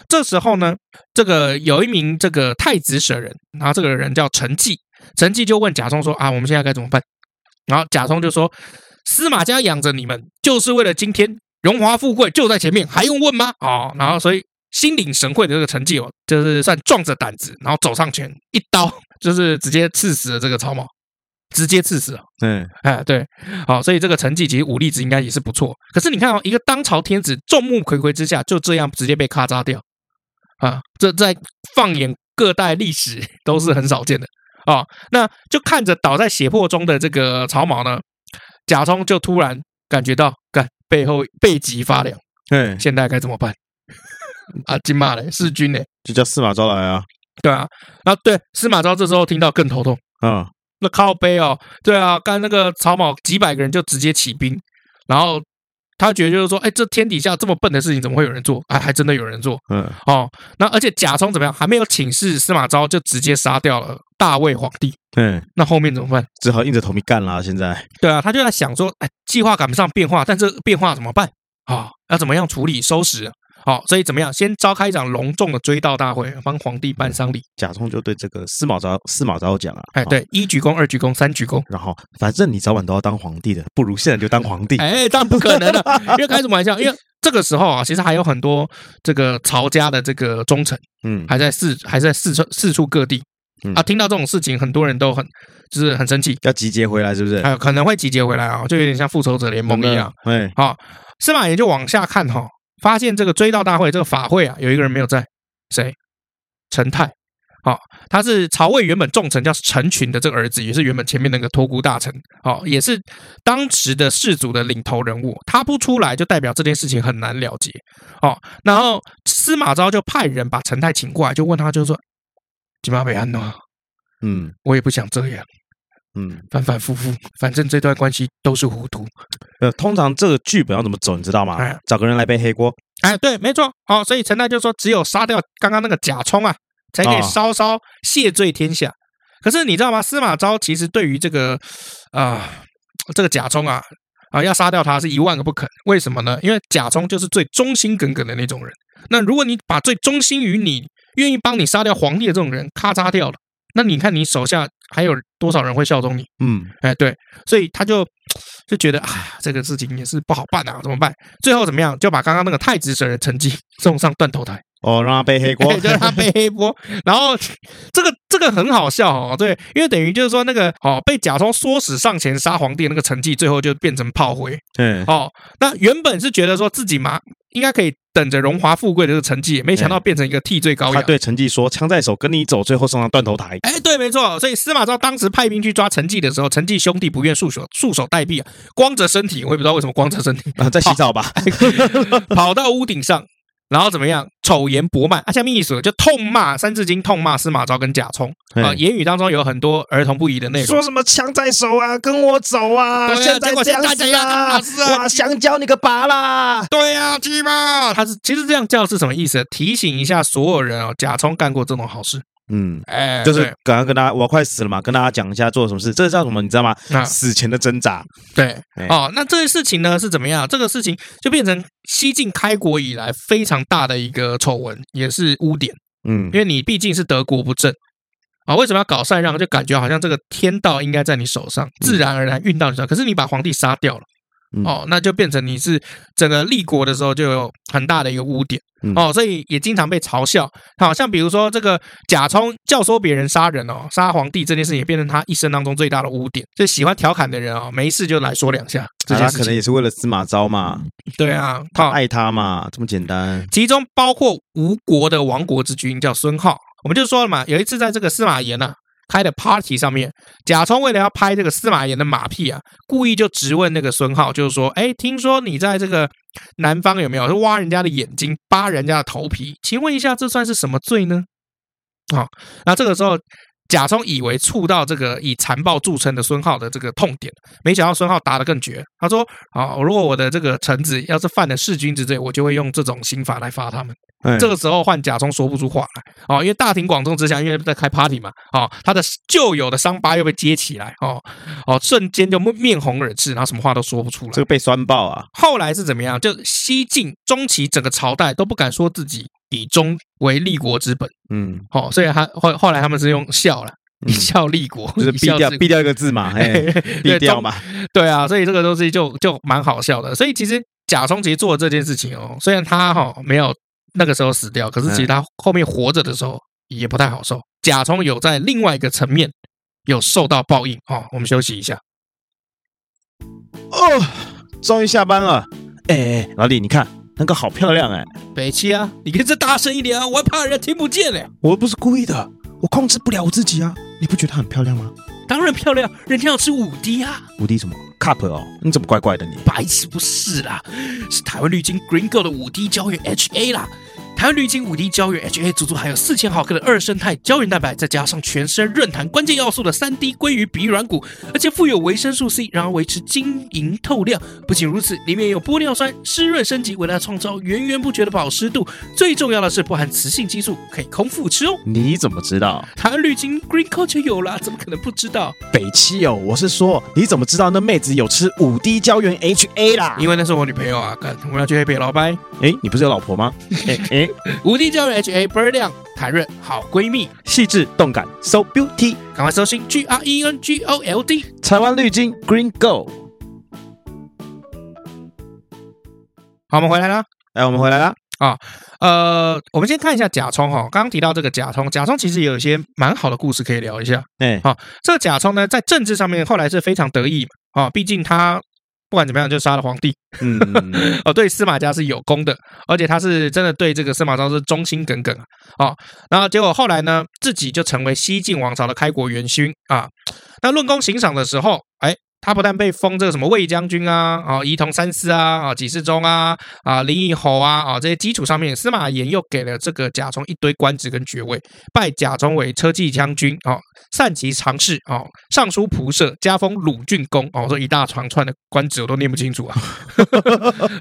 这时候呢，这个有一名这个太子舍人，然后这个人叫陈济，陈济就问贾充说：“啊，我们现在该怎么办？”然后贾充就说：“司马家养着你们，就是为了今天荣华富贵就在前面，还用问吗？”哦，然后所以心领神会的这个陈济哦，就是算壮着胆子，然后走上前一刀， <laughs> 就是直接刺死了这个曹髦，直接刺死了。 <laughs> 嗯，哎，对，好，所以这个成绩其实武力值应该也是不错。可是你看哦，一个当朝天子众目睽睽之下就这样直接被咔嚓掉，啊，这在放眼各代历史都是很少见的 <laughs> 啊。那就看着倒在血泊中的这个曹髦呢，贾充就突然感觉到，干背后背脊发凉，哎，现在该怎么办？啊，金马嘞，弑君嘞，就叫司马昭来啊。对啊，啊对，司马昭这时候听到更头痛。啊，那靠背哦，对啊，刚那个曹某几百个人就直接起兵，然后他觉得就是说，哎，这天底下这么笨的事情怎么会有人做？哎，还真的有人做嗯，哦。那而且贾充怎么样，还没有请示司马昭就直接杀掉了大魏皇帝，哎，那后面怎么办？只好硬着头皮干啦。现在，对啊，他就在想说，哎，计划赶不上变化，但这变化怎么办啊、要怎么样处理收拾？好，所以怎么样？先召开一场隆重的追悼大会，帮皇帝办丧礼。贾充就对这个司马昭司马昭讲啊，哎，哦，对，一鞠躬，二鞠躬，三鞠躬。然后反正你早晚都要当皇帝的，不如现在就当皇帝。哎，当然不可能了，因为开什么玩笑？因为这个时候啊，其实还有很多这个曹家的这个忠臣嗯，还在四还在四处四处各地嗯啊，听到这种事情，很多人都很就是很生气，要集结回来是不是？还有可能会集结回来啊，就有点像复仇者联盟一样。哎，好，司马炎就往下看哈、发现这个追悼大会这个法会啊，有一个人没有在，谁？陈泰。好、他是曹魏原本重臣叫陈群的这个儿子，也是原本前面那个托孤大臣，好、也是当时的氏族的领头人物。他不出来，就代表这件事情很难了结。好、然后司马昭就派人把陈泰请过来，就问他，就说：“金马北安诺，嗯我也不想这样，嗯，反反复复，反正这段关系都是糊涂。呃，通常这个剧本要怎么走，你知道吗哎？找个人来背黑锅，哎，对，没错。哦，所以陈泰就说，只有杀掉刚刚那个贾充啊，才可以啊稍稍谢罪天下。可是你知道吗？司马昭其实对于这个啊、这个贾充啊啊、要杀掉他是一万个不肯。为什么呢？因为贾充就是最忠心耿耿的那种人。那如果你把最忠心于你、愿意帮你杀掉皇帝的这种人咔嚓掉了，那你看你手下还有多少人会效忠你？嗯，哎，对，所以他就就觉得啊，这个事情也是不好办啊，怎么办？最后怎么样，就把刚刚那个太子舍的成绩 <laughs> 送上断头台，，哦，让他背黑锅 <laughs> 就让他背黑锅。然后这个这个很好笑哦，对，因为等于就是说那个哦被贾充唆使上前杀皇帝的那个成绩，最后就变成炮灰嗯，哦。那原本是觉得说自己嘛应该可以等着荣华富贵的这个成绩，没想到变成一个替罪羔他羊。对陈绩说：“枪在手，跟你走，最后送上断头台。哎，对，没错。所以司马昭当时派兵去抓陈纪的时候，陈纪兄弟不愿束手束手待毙啊，光着身体，我也不知道为什么光着身体，啊，在洗澡吧。跑到屋顶上，然后怎么样？丑言薄慢，啊，下面一说就痛骂《三字经》，痛骂司马昭跟贾充啊，嗯言语当中有很多儿童不宜的内容说。什么枪在手啊，跟我走啊！对啊现结在果这现在样这子样啊啊是啊！哇，香蕉你个拔啦！对呀、啊，鸡巴！他是其实这样叫是什么意思？提醒一下所有人哦，贾充干过这种好事，嗯，哎，就是对刚刚跟大家，我快死了嘛，跟大家讲一下做了什么事。这叫什么？你知道吗？那死前的挣扎。对哎哦，那这个事情呢是怎么样？这个事情就变成西晋开国以来非常大的一个丑闻，也是污点，嗯因，为你毕竟是德国不正啊、为什么要搞禅让？就感觉好像这个天道应该在你手上，自然而然运到你手上。可是你把皇帝杀掉了。嗯哦，那就变成你是整个立国的时候就有很大的一个污点嗯哦，所以也经常被嘲笑。好像比如说这个贾充教唆别人杀人哦，杀皇帝这件事也变成他一生当中最大的污点。就喜欢调侃的人哦，没事就来说两下这啊他件事可能情。也是为了司马昭嘛，对啊，他好，爱他嘛，这么简单。其中包括吴国的亡国之君叫孙皓。我们就说了嘛，有一次在这个司马炎啊开的 party 上面，贾充为了要拍这个司马炎的马屁啊，故意就质问那个孙皓，就是说，哎，听说你在这个南方有没有是挖人家的眼睛、扒人家的头皮？请问一下，这算是什么罪呢？好、那这个时候。贾充以为触到这个以残暴著称的孙皓的这个痛点，没想到孙皓答得更绝。他说：“啊，如果我的这个臣子要是犯了弑君之罪，我就会用这种刑法来罚他们。”哎这个时候换贾充说不出话来哦，因为大庭广众之下，因为在开 party 嘛，哦，他的旧有的伤疤又被揭起来，哦哦，瞬间就面红耳赤，然后什么话都说不出来这。个被酸爆啊！后来是怎么样？就西晋中期整个朝代都不敢说自己以忠为立国之本，嗯，哦，所以他后后来他们是用孝了，以孝立国，就是以避孝掉治避掉一个字嘛，哎，避 <laughs> 对掉中嘛。对啊，所以这个东西就就蛮好笑的。所以其实贾充其实做了这件事情哦，虽然他哈、没有那个时候死掉，可是其实他后面活着的时候也不太好受。贾充有在另外一个层面有受到报应哦。我们休息一下。哦，终于下班了。哎哎，老李，你看那个好漂亮哎！北七啊，你可以再大声一点啊，我还怕人家听不见嘞。我又不是故意的，我控制不了我自己啊！你不觉得她很漂亮吗？当然漂亮，人家要吃五滴啊，五 D 什么 cup 哦？你怎么怪怪的你？白痴不是啦，是台湾绿金 Green Go 的五滴胶原 HA 啦。台湾绿金五 D 胶原 HA 足足含有四千毫克的二生态胶原蛋白，再加上全身润弹关键要素的三 D 鲑鱼鼻软骨，而且富有维生素 C，然后维持晶莹透亮。不仅如此，里面有玻尿酸，湿润升级，为它创造源源不绝的保湿度。最重要的是，不含雌性激素，可以空腹吃哦。你怎么知道？台湾绿金 Green Culture 有啦，怎么可能不知道？北七哦，我是说，你怎么知道那妹子有吃五 D 胶原 HA 啦？因为那是我女朋友啊，干我们要去黑北老白。哎，你不是有老婆吗？哎哎，五 D 胶原 HA 倍儿亮，弹润好闺蜜，细致动感，so beauty，赶快搜寻 G R E N G O L D。台湾绿金 Green Go。好，我们回来啦。哎，我们回来啦。呃，我们先看一下甲冲哈，刚刚提到这个甲冲，甲冲其实也有一些蛮好的故事可以聊一下。哎，这个甲冲呢，在政治上面后来是非常得意嘛，啊，毕竟他不管怎么样就杀了皇帝，嗯，哦，对司马家是有功的，而且他是真的对这个司马昭是忠心耿耿啊。哦，然后结果后来呢，自己就成为西晋王朝的开国元勋啊。那论功行赏的时候，哎，他不但被封这个什么魏将军啊、啊仪同三司啊、啊几世宗啊、啊林邑侯啊、啊这些基础上面，司马炎又给了这个贾充一堆官职跟爵位，拜贾充为车骑将军哦，散骑常侍哦，尚书仆射，加封鲁郡公哦，这一大长串的官职我都念不清楚啊。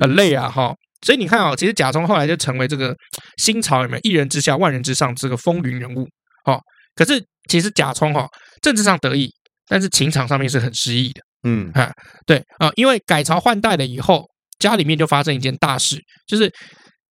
很累啊哈。所以你看啊、其实贾充后来就成为这个新朝里面一人之下万人之上这个风云人物哦。可是其实贾充哈、政治上得意，但是情场上面是很失意的。嗯，对啊、因为改朝换代了以后，家里面就发生一件大事，就是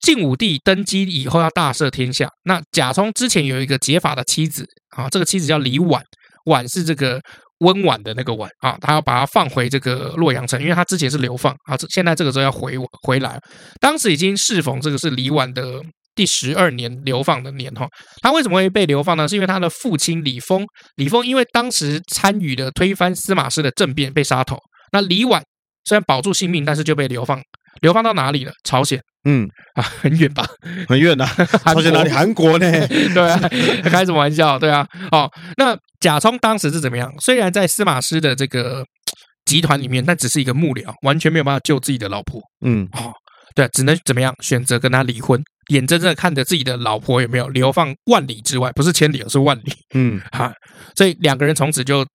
晋武帝登基以后要大赦天下。那贾充之前有一个结发的妻子啊，这个妻子叫李婉，婉是这个温婉的那个婉啊，他要把她放回这个洛阳城，因为他之前是流放啊，这现在这个时候要回回来。当时已经适逢这个是李婉的。第十二年流放的年哈，他为什么会被流放呢？是因为他的父亲李丰，李丰因为当时参与了推翻司马师的政变被杀头，那李婉虽然保住性命，但是就被流放，流放到哪里了？朝鲜嗯，啊，很远吧？ <laughs> 很远呐、啊朝鲜哪里？韩韩国呢？国？ <laughs> 对啊，开什么玩笑？对啊，哦，那贾充当时是怎么样？虽然在司马师的这个集团里面，但只是一个幕僚，完全没有办法救自己的老婆，嗯，对啊、只能怎么样？选择跟他离婚，眼睁睁的看着自己的老婆有没有流放万里之外，不是千里，而是万里。嗯，哈，所以两个人从此就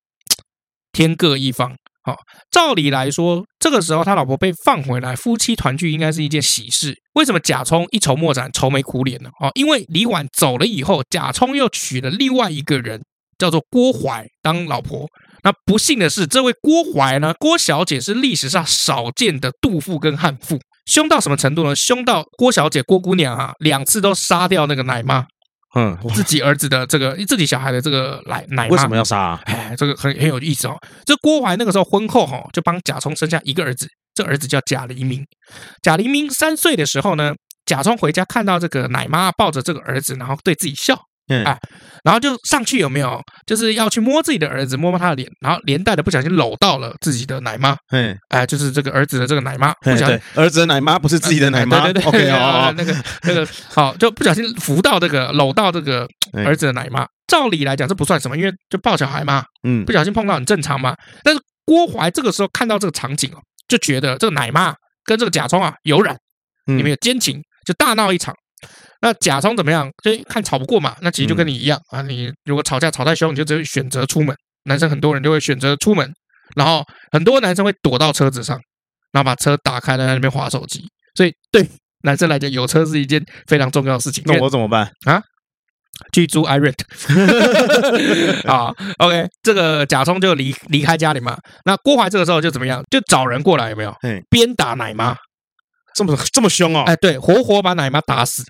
天各一方。好、照理来说，这个时候他老婆被放回来，夫妻团聚应该是一件喜事。为什么贾充一筹莫展、愁眉苦脸呢？哦，因为李婉走了以后，贾充又娶了另外一个人，叫做郭槐当老婆。那不幸的是，这位郭槐呢，郭小姐是历史上少见的妒妇跟悍妇，凶到什么程度呢？凶到郭小姐、郭姑娘啊，两次都杀掉那个奶妈。嗯，<laughs> 哇自己儿子的这个自己小孩的这个奶奶妈。为什么要杀、啊？哎，这个很很有意思哦。这郭槐那个时候婚后哈、就帮贾充生下一个儿子，这儿子叫贾黎明。贾黎明三岁的时候呢，贾充回家看到这个奶妈抱着这个儿子，然后对自己笑，嗯哎，然后就上去有没有？就是要去摸自己的儿子，摸摸他的脸，然后连带的不小心搂到了自己的奶妈，嘿，哎，就是这个儿子的这个奶妈，不嘿小心对，儿子的奶妈不是自己的奶妈、对对对 o k 啊哦，那个那个好，就不小心扶到这个搂到这个哎儿子的奶妈。照理来讲这不算什么，因为就抱小孩嘛，嗯不，小心碰到很正常嘛。但是郭槐这个时候看到这个场景哦，就觉得这个奶妈跟这个贾充啊有染，嗯你们有奸情，就大闹一场。那贾充怎么样？就看吵不过嘛，那其实就跟你一样啊。你如果吵架吵太凶，你就只会选择出门。男生很多人就会选择出门，然后很多男生会躲到车子上，然后把车打开，在那边划手机。所以对男生来讲，有车是一件非常重要的事情。因为那我怎么办？去租 i <laughs> rent 啊。OK，这个贾充就离离开家里嘛。那郭槐这个时候就怎么样？就找人过来，有没有嘿？哦鞭打奶妈，这么这么凶哦？哎，对，活活把奶妈打死。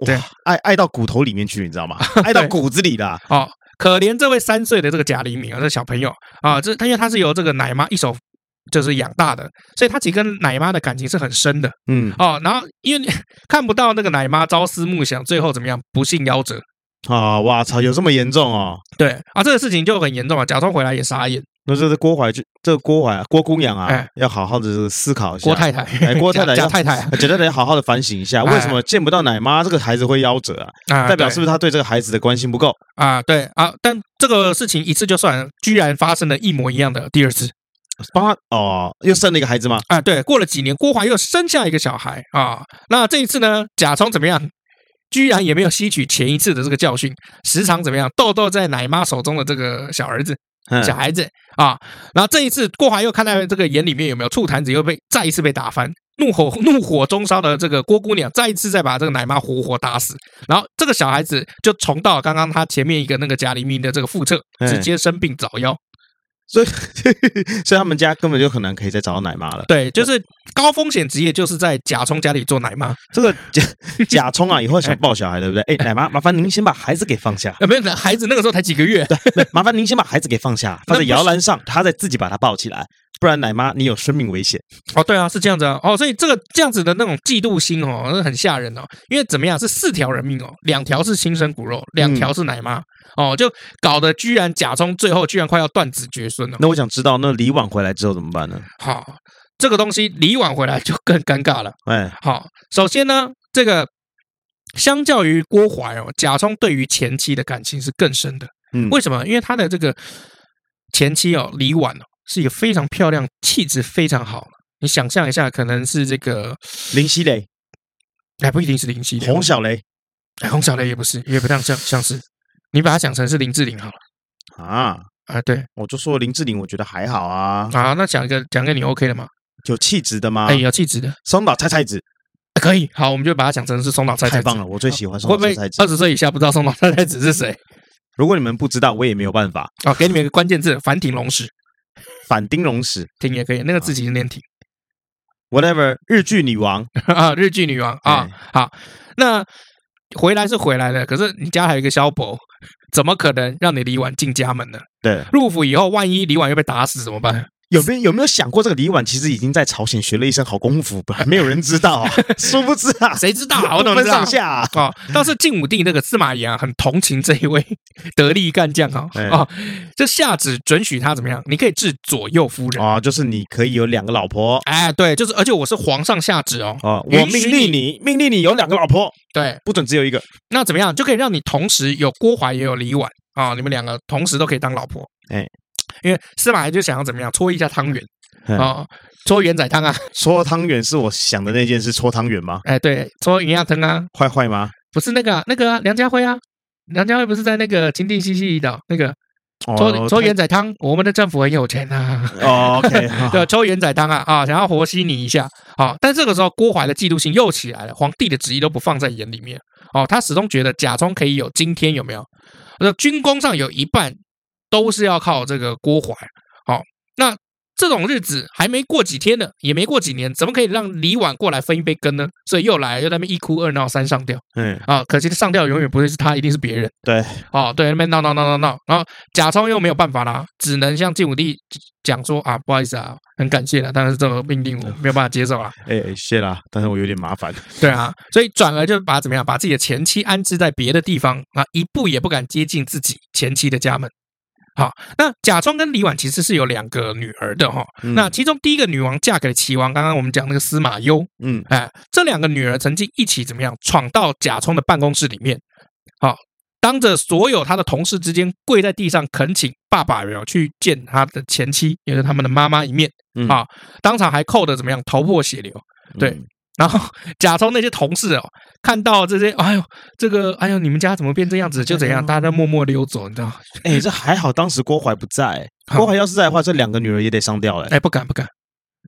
哇对爱爱到骨头里面去，你 <laughs> 知道吗？爱到骨子里的啊、哦，可怜这位三岁的这个贾黎明啊，这小朋友啊，这他因为他是由这个奶妈一手就是养大的，所以他其实跟奶妈的感情是很深的嗯，哦。然后因为看不到那个奶妈朝思暮想，最后怎么样不幸夭折。啊，哇操，有这么严重哦？对啊，这个事情就很严重啊。贾充回来也傻眼，那这是郭槐就这个郭槐啊郭姑娘啊，哎要好好的思考一下。郭太太哎，<laughs> 郭太太贾贾要太太啊觉得得好好的反省一下，哎为什么见不到奶妈这个孩子会夭折啊？啊，代表对是不是他对这个孩子的关心不够？啊，对啊，但这个事情一次就算了，居然发生了一模一样的第二次帮他哦，又生了一个孩子吗？啊，对，过了几年，郭淮又生下一个小孩啊。那这一次呢，贾充怎么样？居然也没有吸取前一次的这个教训，时常怎么样豆豆在奶妈手中的这个小儿子、嗯小孩子啊。然后这一次，郭淮又看在这个眼里面有没有醋坛子，又被再一次被打翻。怒火 <laughs> 怒火中烧的这个郭姑娘，再一次再把这个奶妈活活打死。然后这个小孩子就重蹈刚刚他前面一个那个贾黎明的这个覆辙，嗯直接生病早夭。所以 <laughs> 所以他们家根本就很难可以再找到奶妈了。对，就是高风险职业，就是在贾充家里做奶妈。这个贾贾充啊，以后想抱小孩，<laughs> 对不对？哎，奶妈，麻烦您先把孩子给放下，啊，没有，孩子那个时候才几个月，麻烦您先把孩子给放下，放在摇篮上，他再自己把他抱起来，不然奶妈你有生命危险。哦，对啊，是这样子啊，哦，所以这个这样子的那种嫉妒心哦，那很吓人哦，因为怎么样是四条人命哦，两条是亲生骨肉，两条是奶妈、哦，就搞得居然贾充最后居然快要断子绝孙了。那我想知道，那李婉回来之后怎么办呢？好、这个东西李婉回来就更尴尬了。哎，好、首先呢，这个相较于郭淮哦，贾充对于前妻的感情是更深的。嗯为什么？因为他的这个前妻哦，李婉哦，是一个非常漂亮、气质非常好。你想象一下，可能是这个，林熙蕾、哎，不一定是林夕，洪小雷哎洪小雷也不是，也不像像像是，你把它想成是林志玲好了啊，啊，对我就说林志玲，我觉得还好啊，啊，那讲一个讲一个你 OK 的嘛？有气质的吗哎，？有气质的，松岛菜菜子哎可以，好，我们就把它想成是松岛菜菜太子啊棒了，我最喜欢松会岛不会菜菜子二。十岁以下不知道松岛菜菜子是谁？如果你们不知道，我也没有办法。啊，给你们一个关键字：反挺龙史，反町隆史挺也可以，那个啊字其实念挺，whatever，日剧女王啊，日剧女王啊哎。好，那回来是回来了，可是你家还有一个萧伯，怎么可能让你李婉进家门呢？对，入府以后，万一李婉又被打死怎么办？有没有有没有想过这个李婉其实已经在朝鲜学了一身好功夫，本来没有人知道啊， <laughs> 殊不知啊，谁 <laughs> 知道啊？我怎么不分知道上？下啊、哦，倒是晋武帝那个司马炎啊，很同情这一位得力干将啊、哎哦，哦，就下旨准许他怎么样？你可以治左右夫人。啊就是你可以有两个老婆哎，对，就是，而且我是皇上下旨哦，啊，我允许命令你，命令你有两个老婆，对，不准只有一个。那怎么样就可以让你同时有郭淮也有李婉啊、你们两个同时都可以当老婆。哎，因为司马炎就想要怎么样搓一下汤圆嗯啊、搓圆仔汤啊，搓汤圆是我想的那件事，搓汤圆吗？哎，对，搓圆鸭汤啊，坏坏吗？不是那个、啊、那个、啊、梁家辉啊，梁家辉不是在那个金地西西里岛那个搓哦搓圆仔汤，我们的政府很有钱啊。哦，OK，好 <laughs> 对，抽圆仔汤啊啊，想要活稀泥一下啊。但这个时候，郭淮的嫉妒心又起来了，皇帝的旨意都不放在眼里面哦。他始终觉得贾充可以有今天，有没有？那军功上有一半都是要靠这个郭淮。好、那这种日子还没过几天呢，也没过几年，怎么可以让李婉过来分一杯羹呢？所以又来，又在那边一哭二闹三上吊嗯，啊。可惜上吊永远不会是他，一定是别人。对，哦，对，那边闹闹闹闹闹，然后贾充又没有办法啦，只能向晋武帝讲说啊，不好意思啊，很感谢了，但是这个命令我没有办法接 <laughs> 受啊，哎、谢啦，但是我有点麻烦。对啊，所以转而就把怎么样，把自己的前妻安置在别的地方啊，一步也不敢接近自己前妻的家门。好，那贾充跟李婉其实是有两个女儿的哈、嗯那其中第一个女王嫁给了齐王，刚刚我们讲那个司马攸，嗯，哎，这两个女儿曾经一起怎么样闯到贾充的办公室里面，好、当着所有他的同事之间跪在地上恳请爸爸有没有去见他的前妻，也就是他们的妈妈一面嗯啊、当场还扣的怎么样头破血流。对嗯然后 <laughs> 贾充那些同事哦，看到这些，哎呦，这个，哎呦，你们家怎么变这样子，就怎样，大家都默默溜走，你知道吗？哎、这还好，当时郭淮不在、郭淮要是在的话，这两个女儿也得上吊了、哎，不敢不敢，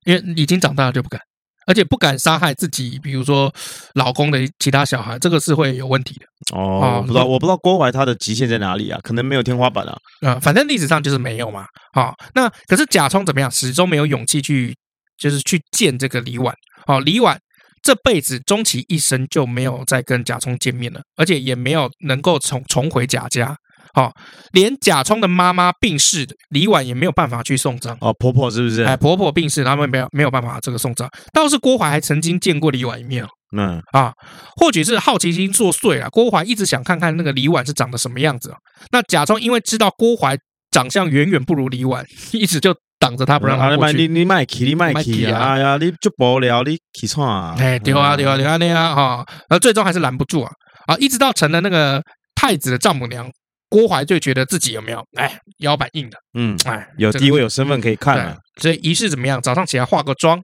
因为已经长大了就不敢，而且不敢杀害自己，比如说老公的其他小孩，这个是会有问题的。啊哦，我不知道，我不知道郭淮他的极限在哪里啊？可能没有天花板啊。呃，反正历史上就是没有嘛。好、那可是贾充怎么样，始终没有勇气去，就是去见这个李婉。哦，李婉这辈子终其一生就没有再跟贾充见面了，而且也没有能够重重回贾家。哦，连贾充的妈妈病逝，李婉也没有办法去送葬。哦，婆婆是不是？哎，婆婆病逝，他们没有没有办法这个送葬。倒是郭淮还曾经见过李婉一面哦。嗯，啊，或许是好奇心作祟了。郭淮一直想看看那个李婉是长得什么样子、啊。那贾充因为知道郭淮长相远远不如李婉，一直就挡着他不让他过啊你去。你你卖去，你卖去别去啊啊！哎呀，你就无聊，你起床啊！哎，丢啊丢啊丢啊那样哈，而最终还是拦不住啊啊！一直到成了那个太子的丈母娘，郭淮就觉得自己有没有哎腰板硬的嗯，哎有这个地位有身份可以看啊对了。所以仪式怎么样？早上起来化个妆，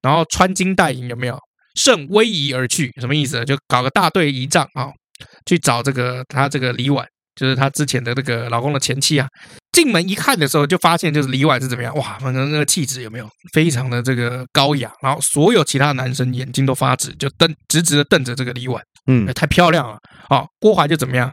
然后穿金戴银，有没有？胜威仪而去，什么意思呢？啊就搞个大队仪仗啊、去找这个他这个李婉，就是他之前的那个老公的前妻啊。进门一看的时候，就发现就是李婉是怎么样哇，反正那个气质有没有非常的这个高雅，然后所有其他男生眼睛都发直，就瞪直直的瞪着这个李婉。嗯哎，太漂亮了哦。郭淮就怎么样，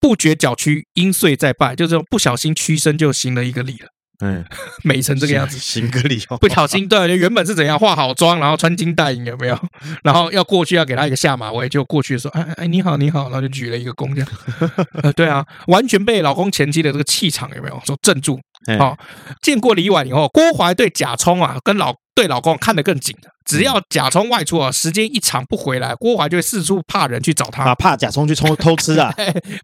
不觉脚屈，因碎再拜，就是不小心屈身就行了一个礼了，嗯，美成这个样子。行 <laughs> 个礼哦，不小心，对，原本是怎样化好妆，然后穿金戴银，有没有？然后要过去要给他一个下马威，就过去说：“哎哎哎，你好，你好。”然后就举了一个躬，这样。 <laughs> 呃，对啊，完全被老公前妻的这个气场有没有所镇住？哎好、见过李婉以后，郭淮对贾充啊，跟老对老公看得更紧了。只嗯要贾充外出啊，时间一长不回来，郭淮就会四处怕人去找他。啊，怕甲虫去偷偷吃啊，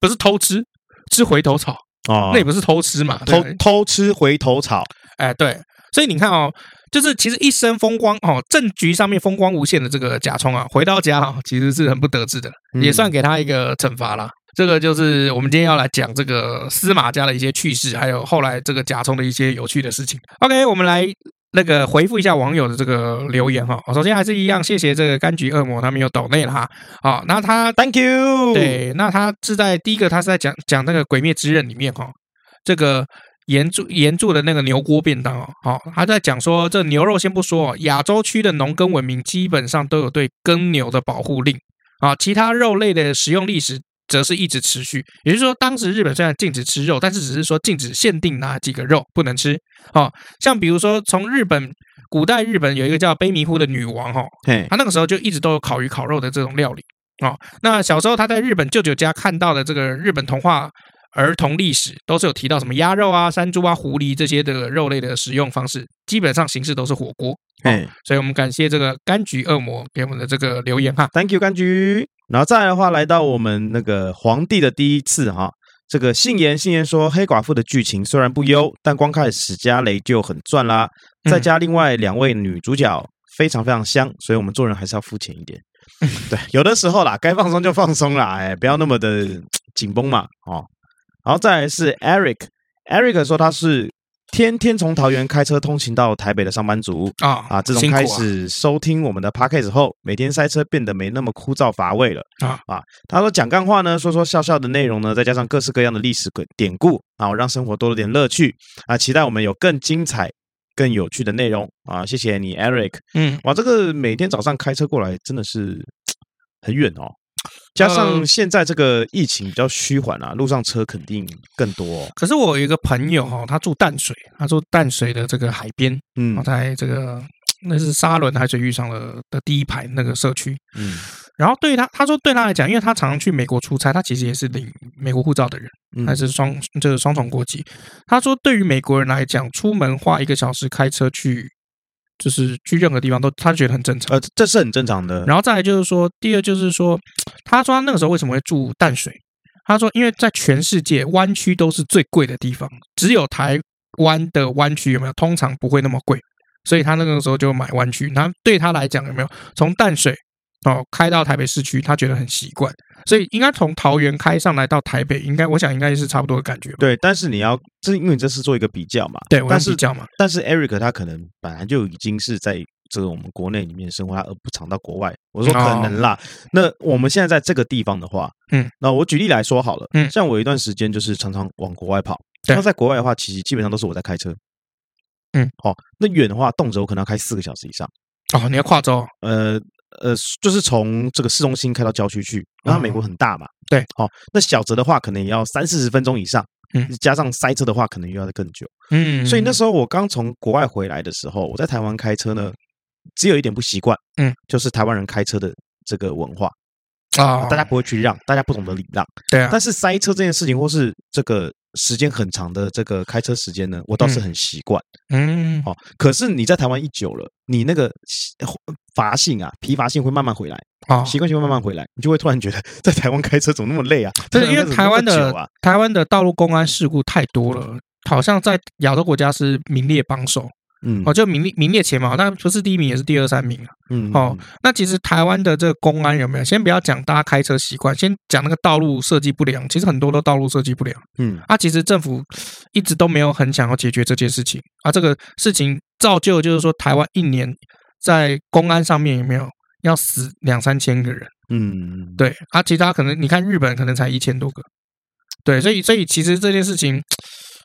不是偷吃，吃回头草，哦 <laughs> 那也，不是偷吃嘛，偷偷，偷吃回头草，哎，对，所以你看哦，就是其实一身风光哦，政局上面风光无限的这个贾充啊，回到家啊、其实是很不得志的，嗯也算给他一个惩罚啦。这个就是我们今天要来讲这个司马家的一些趣事，还有后来这个贾充的一些有趣的事情。OK，我们来那个回复一下网友的这个留言哈、哦首先还是一样，谢谢这个柑橘恶魔他们有抖内了哈。好、那他 Thank you。，对，那他是在第一个，他是在讲讲那个《鬼灭之刃》里面哈、这个岩柱岩柱的那个牛锅便当哦，好、他在讲说这牛肉先不说、哦，亚洲区的农耕文明基本上都有对耕牛的保护令啊，其他肉类的食用历史。则是一直持续，也就是说，当时日本虽然禁止吃肉，但是只是说禁止限定哪几个肉不能吃哦。像比如说，从日本古代日本有一个叫卑弥呼的女王哦，嘿，他那个时候就一直都有烤鱼烤肉的这种料理哦。那小时候他在日本舅舅家看到的这个日本童话儿童历史，都是有提到什么鸭肉啊、山猪啊、狐狸这些的肉类的食用方式，基本上形式都是火锅。嘿所以我们感谢这个柑橘恶魔给我们的这个留言哈。 ，Thank you，柑橘。然后再来的话，来到我们那个皇帝的第一次哈。这个信言，信言说黑寡妇的剧情虽然不优，但光看史嘉蕾就很赚啦。嗯再加另外两位女主角非常非常香，所以我们做人还是要肤浅一点。对，有的时候啦，该放松就放松啦，哎，不要那么的紧绷嘛，哦。然后再来是 Eric，Eric 说他是天天从桃园开车通勤到台北的上班族，啊啊，自从辛苦啊开始收听我们的 podcast 后，每天塞车变得没那么枯燥乏味了啊啊！他说讲干话呢，说说笑笑的内容呢，再加上各式各样的历史典故啊，让生活多了点乐趣啊！期待我们有更精彩、更有趣的内容啊！谢谢你，Eric。嗯，哇，这个每天早上开车过来真的是很远哦。加上呃现在这个疫情比较趋缓啊，路上车肯定更多、哦。可是我有一个朋友哈、哦，他住淡水，他住淡水的这个海边，嗯然后在这个那是沙仑海水浴场的的第一排那个社区，嗯然后对他，他说对他来讲，因为他常常去美国出差，他其实也是领美国护照的人，嗯他是双就是双重国籍。他说，对于美国人来讲，出门花一个小时开车去，就是去任何地方都，他觉得很正常。呃，这是很正常的。然后再来就是说，第二就是说，他说他那个时候为什么会住淡水？他说，因为在全世界湾区都是最贵的地方，只有台湾的湾区有没有通常不会那么贵，所以他那个时候就买湾区。他对他来讲有没有从淡水哦开到台北市区，他觉得很习惯，所以应该从桃园开上来到台北，应该我想应该是差不多的感觉吧。对，但是你要，这因为你这是做一个比较嘛，嗯对，我要但是比较嘛，但是 Eric 他可能本来就已经是在这个我们国内里面生活，他而不常到国外。我说可能啦。那我们现在在这个地方的话，哦嗯，那我举例来说好了，嗯像我有一段时间就是常常往国外跑。对那在国外的话，其实基本上都是我在开车。嗯，哦，那远的话，动辄我可能要开四个小时以上。哦，你要跨州，呃呃，就是从这个市中心开到郊区去。然后美国很大嘛，哦对，好、那小折的话可能也要三四十分钟以上，嗯加上塞车的话可能又要更久。嗯，所以那时候候我刚从国外回来的时候，我在台湾开车呢，只有一点不习惯，嗯，就是台湾人开车的这个文化，啊，大家不会去让，大家不懂得礼让。对啊，但是塞车这件事情，或是这个时间很长的这个开车时间呢，我倒是嗯很习惯。嗯，哦，可是你在台湾一久了，你那个罚性啊，疲乏性会慢慢回来，哦，习惯性会慢慢回来，你就会突然觉得 <laughs> 在台湾开车怎么那么累啊？对，在因为怎么台湾那么的、久啊，台湾的道路公安事故太多了，好像在亚洲国家是名列榜首，嗯哦，就名列名列前茅，但不是第一名也是第二三名啊。嗯哦，那其实台湾的这个公安有没有？先不要讲大家开车习惯，先讲那个道路设计不良，其实很多都道路设计不良。嗯啊，其实政府一直都没有很想要解决这件事情啊，这个事情造就就是说台湾一年在公安上面有没有要死两三千个人？嗯，对，啊，其他可能你看日本可能才一千多个，对，所以所以其实这件事情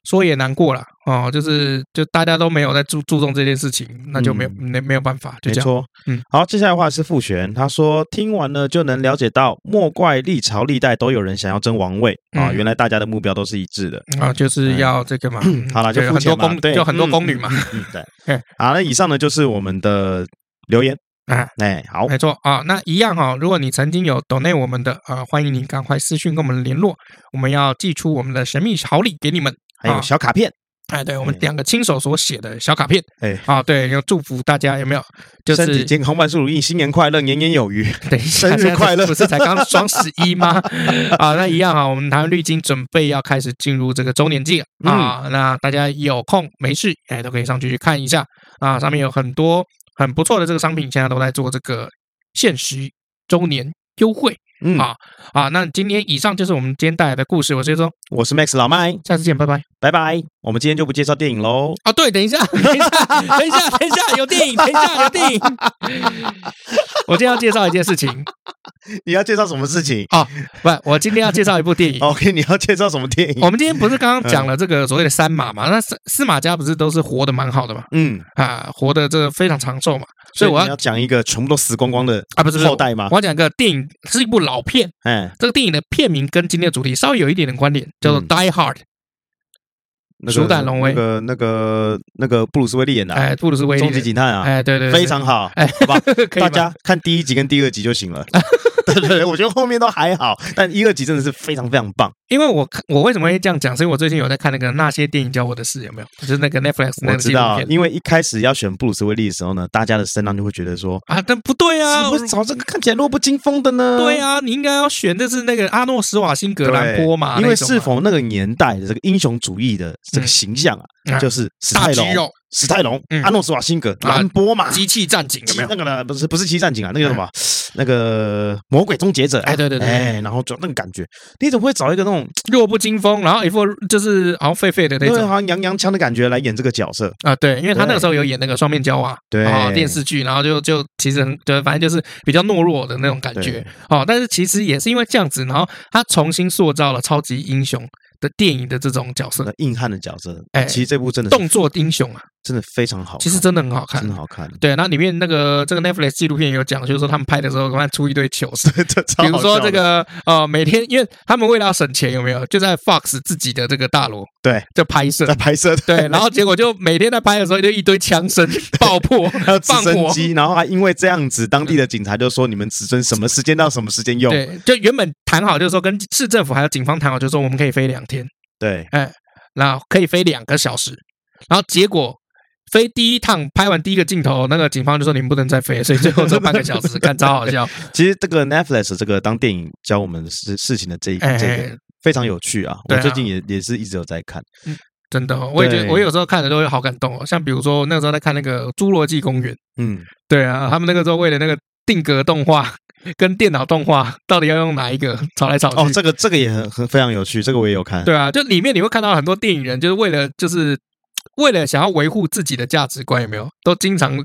说也难过了哦，就是就大家都没有在注注重这件事情，那就没有没、没有办法，就嗯没这样。错。嗯，好，接下来的话是傅璇，他说听完呢就能了解到，莫怪历朝历代都有人想要争王位啊，嗯原来大家的目标都是一 <laughs> 致的。啊，就是要这个嘛，哎 <clears throat> 好了，就对付很钱多嘛宫，对，就很多嗯宫女嘛，。嗯，嗯嗯对。好，那以上呢就是我们的留言。哎哎，好，没错啊，那一样哦。如果你曾经有 donate 我们的啊、呃欢迎您赶快私讯跟我们联络，我们要寄出我们的神秘好礼给你们。还有小卡片，哎，对我们嗯两个亲手所写的小卡片，哎啊，对，要祝福大家有没有？就身体是健康，万事如意，新年快乐，年年有余。等一下，生日现在快乐不是才刚双十一 <laughs> 吗？啊，那一样啊，我们台湾绿金准备要开始进入这个周年季了啊、那大家有空没事，哎，都可以上去去看一下啊，上面有很多很不错的这个商品，现在都在做这个限时周年优惠嗯，好啊。那今天以上就是我们今天带来的故事，我是说我是 Max 老麦，下次见，拜拜。拜拜。我们今天就不介绍电影 <laughs> 喽。啊，对，等一下，等一下，等一下，等一下，有电影，等一下有电影。 <laughs> 我今天要介绍一件事情你要介绍什么事情？啊，不，我今天要介绍一部电影。哦 OK，你哦嗯要介绍什么电影？我们今天不是刚刚讲了这个所谓的三马嘛？那司司马家不是都是活得蛮好的嘛？嗯，啊，活得这个非常长寿嘛。所所以以我我要要讲一个全部都死光光的啊，不是不是后代吗我？要讲一个电影，是一部老片。哎，这个电影的片名跟今天的主题稍微有一点点关联，叫做《嗯 Die Hard》。那个鼠胆龙威那个那个那个布鲁斯威利演的啊哎，布鲁斯威利《终极的，警探》啊，哎，对对，对非常好，哎好吧， <laughs> 可以大吗家看第一集跟第二集 <laughs> 就行了。对对对，我觉得后面都还好，但一、二集真的是非常非常棒。因为我看我为什么会这样讲？是因为我最近有在看那个《那些电影教我的事》，有没有？就是那个 Netflix 那我个纪知录道，片因为一开始要选布鲁斯威利的时候呢，大家的声浪就会觉得说，啊，但不对啊是，不是找这个看起来弱不禁风的呢？对啊，你应该要选的是那个阿诺·施瓦辛格对，兰坡嘛，因为那种嘛是否那个年代的这个英雄主义的这个嗯形象啊，啊就是史大泰肌龙肉、史泰龙、嗯阿诺·施瓦辛格、啊兰波嘛，机器战警有没有？嗯那个呢？不是不是激战警啊，那个叫什么？那个魔鬼终结者啊。哎对对对哎，然后就那个感觉，你怎么会找一个那种弱不禁风，然后一副就是好像狒狒的那对啊种好像洋洋腔的感觉来演这个角色？啊，对，因为他那个时候有演那个双面胶啊，对啊电视剧，然后就就其实很对，反正就是比较懦弱的那种感觉对哦，但是其实也是因为这样子，然后他重新塑造了超级英雄的电影的这种角色那，硬汉的角色，哎其实这部真的是动作英雄啊，真的非常好看，其实真的很好看真的。好看，对，那里面那个这个 Netflix 纪录片也有讲，就是说他们拍的时候，他出一堆糗事， <laughs> 对，这超比好如说笑的这个呃，每天因为他们为了要省钱，有没有就在 Fox 自己的这个大楼对就拍摄在，拍摄的对，然后结果就每天在拍的时候就一堆枪声爆破还有、直放升火。机，然后还因为这样子，当地的警察就说你们直升什么时间到什么时间用，对，就原本谈好就是说跟市政府还有警方谈好，就是说我们可以飞两天，对，然后可以飞两个小时，然后结果飞第一趟拍完第一个镜头，那个警方就说你们不能再飞，所以最后就半个小时，看超好笑。其实这个 Netflix 这个当电影教我们的事事情的这一嗯哎这个非常有趣啊，对我啊最近也也是一直有在看，真的哦、我也觉得对我有时候看的都会好感动哦。像比如说那时候在看那个《侏罗纪公园》，嗯，对啊，他们那个时候为了那个定格动画跟电脑动画到底要用哪一个吵来吵去。哦，这个这个也很很非常有趣，这个我也有 <laughs> 看，对啊，就里面你会看到很多电影人，就是为了就是为了想要维护自己的价值观，有没有？都经常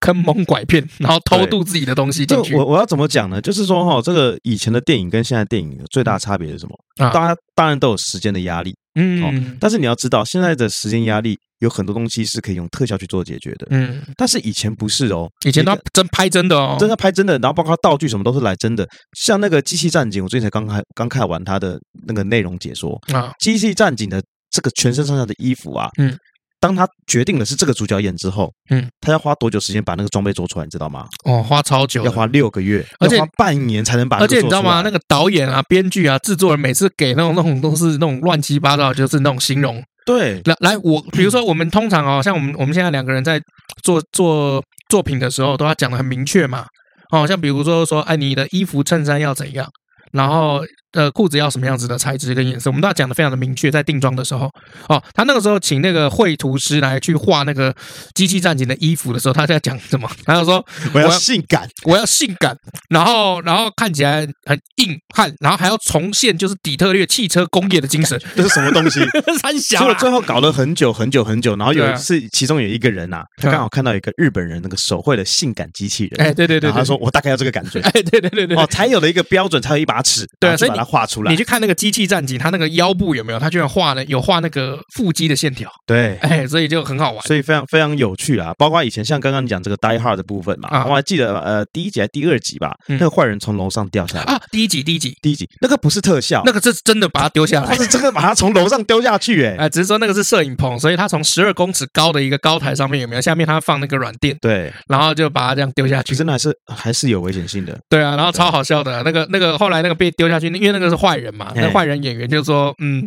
坑蒙拐骗，然后偷渡自己的东西进这去。我我要怎么讲呢？就是说哈、这个以前的电影跟现在电影最大差别是什么？啊大家当然都有时间的压力，嗯但是你要知道，现在的时间压力有很多东西是可以用特效去做解决的，嗯，但是以前不是哦，以前那他个真拍真的哦，真的拍真的，然后包括道具什么都是来真的。像那个《机器战警》，我最近才刚看刚看完它的那个内容解说，啊， 《机器战警》的这个全身上下的衣服啊，嗯，当他决定了是这个主角演之后，嗯，他要花多久时间把那个装备做出来，你知道吗？哦，花超久要的。花六个月，而且要花半年才能把那而个且你做出知来。道吗？那个导演啊、编剧啊、制作人每次给那种那种都是那种乱七八糟，就是那种形容。对，来来，我比如说我们通常哦，像我们我们现在两个人在做做作品的时候，都要讲的很明确嘛。哦，像比如说说，哎，你的衣服衬衫要怎样，然后呃裤子要什么样子的材质跟颜色，我们都要讲的非常的明确，在定妆的时候哦，他那个时候请那个绘图师来去画那个机器战警的衣服的时候，他在讲什么？他就说我要我要性感，我要性感，然后然后看起来很硬汉，然后还要重现就是底特律汽车工业的精神，这是什么 <laughs> 东西？三结小果啦最后搞了很久很久很久，然后有对一啊次，其中有一个人啊，他刚好看到一个日本人那个手绘的性感机器人，哎，对对对然后他对，说我大概要这个感 <laughs> 觉，哎，对对对对哦，，才有了一个标准，才有一把尺，对啊然后就所以把它画出来你，去看那个机器战警，它那个腰部有没有？它居然画了有画那个腹肌的线条， <laughs> 对。哎，所以就很好玩。所以非常非常有趣啊，包括以前像刚刚你讲这个 Die Hard 的部分嘛，啊我还记得呃第一集还是第二集吧，嗯那个坏人从楼上掉下来，啊，第一集第一集，第一集那个不是特效，那个是真的把它丢下他 <laughs> 来，是真的把他从楼上丢下去，哎， <laughs> 哎，只是说那个是摄影棚，所以它从十二公尺高的一个高台上面有没有？下面它放那个软垫，对，然后就把它这样丢下其去实。那还是还是有危险性 <laughs> 的，对啊，然后超好笑的，那个那个后来那个被丢下去，因为那个是坏人嘛，哎那坏人演员就说，嗯，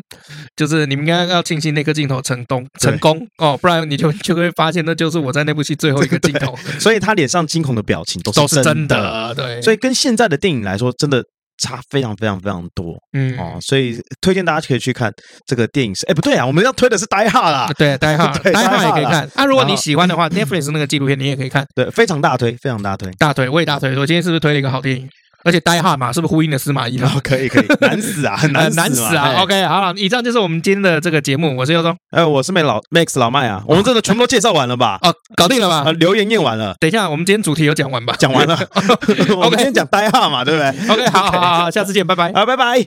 就是你们应该要庆幸那个镜头成功对成功哦，不然你就就会发现那就是我在那部戏最后一个镜 <laughs> 头，所以他脸上惊恐的表情都都是是真真的，的，对，所以以跟现在的电影来说，真的差非常非常非常多嗯，哦，所以推荐大家可以去看这个电影是，哎，不对啊，我们要推的是《Die Hard》啦，啊 <laughs> 对，呆号对呆号也可以呆号啦看。啊，如果然你后喜欢的话，Netflix 那个纪录片你也可以看。对，非常大推，非 <laughs> 常大推。大腿，我也大腿。我今天是不是推了一个好电影？而且呆号嘛，是不是呼应了司马懿然嘛？后可以可以，难死啊，很呃 <laughs> 难 <laughs> 难死死嘛啊哎！OK，好了，以上就是我们今天的这个节目。我是尤忠，哎，我是麦老 Max 老麦啊，我们真的全部都介绍完了吧？ <laughs> 哦，搞定了啊，吧？留言念完了，等一下，我们今天主题有讲完吧？ <laughs> <laughs> 讲完了，我们今天讲 Die Hard 嘛，对不对 <laughs> OK，好好好，下次见，拜拜。啊，拜拜。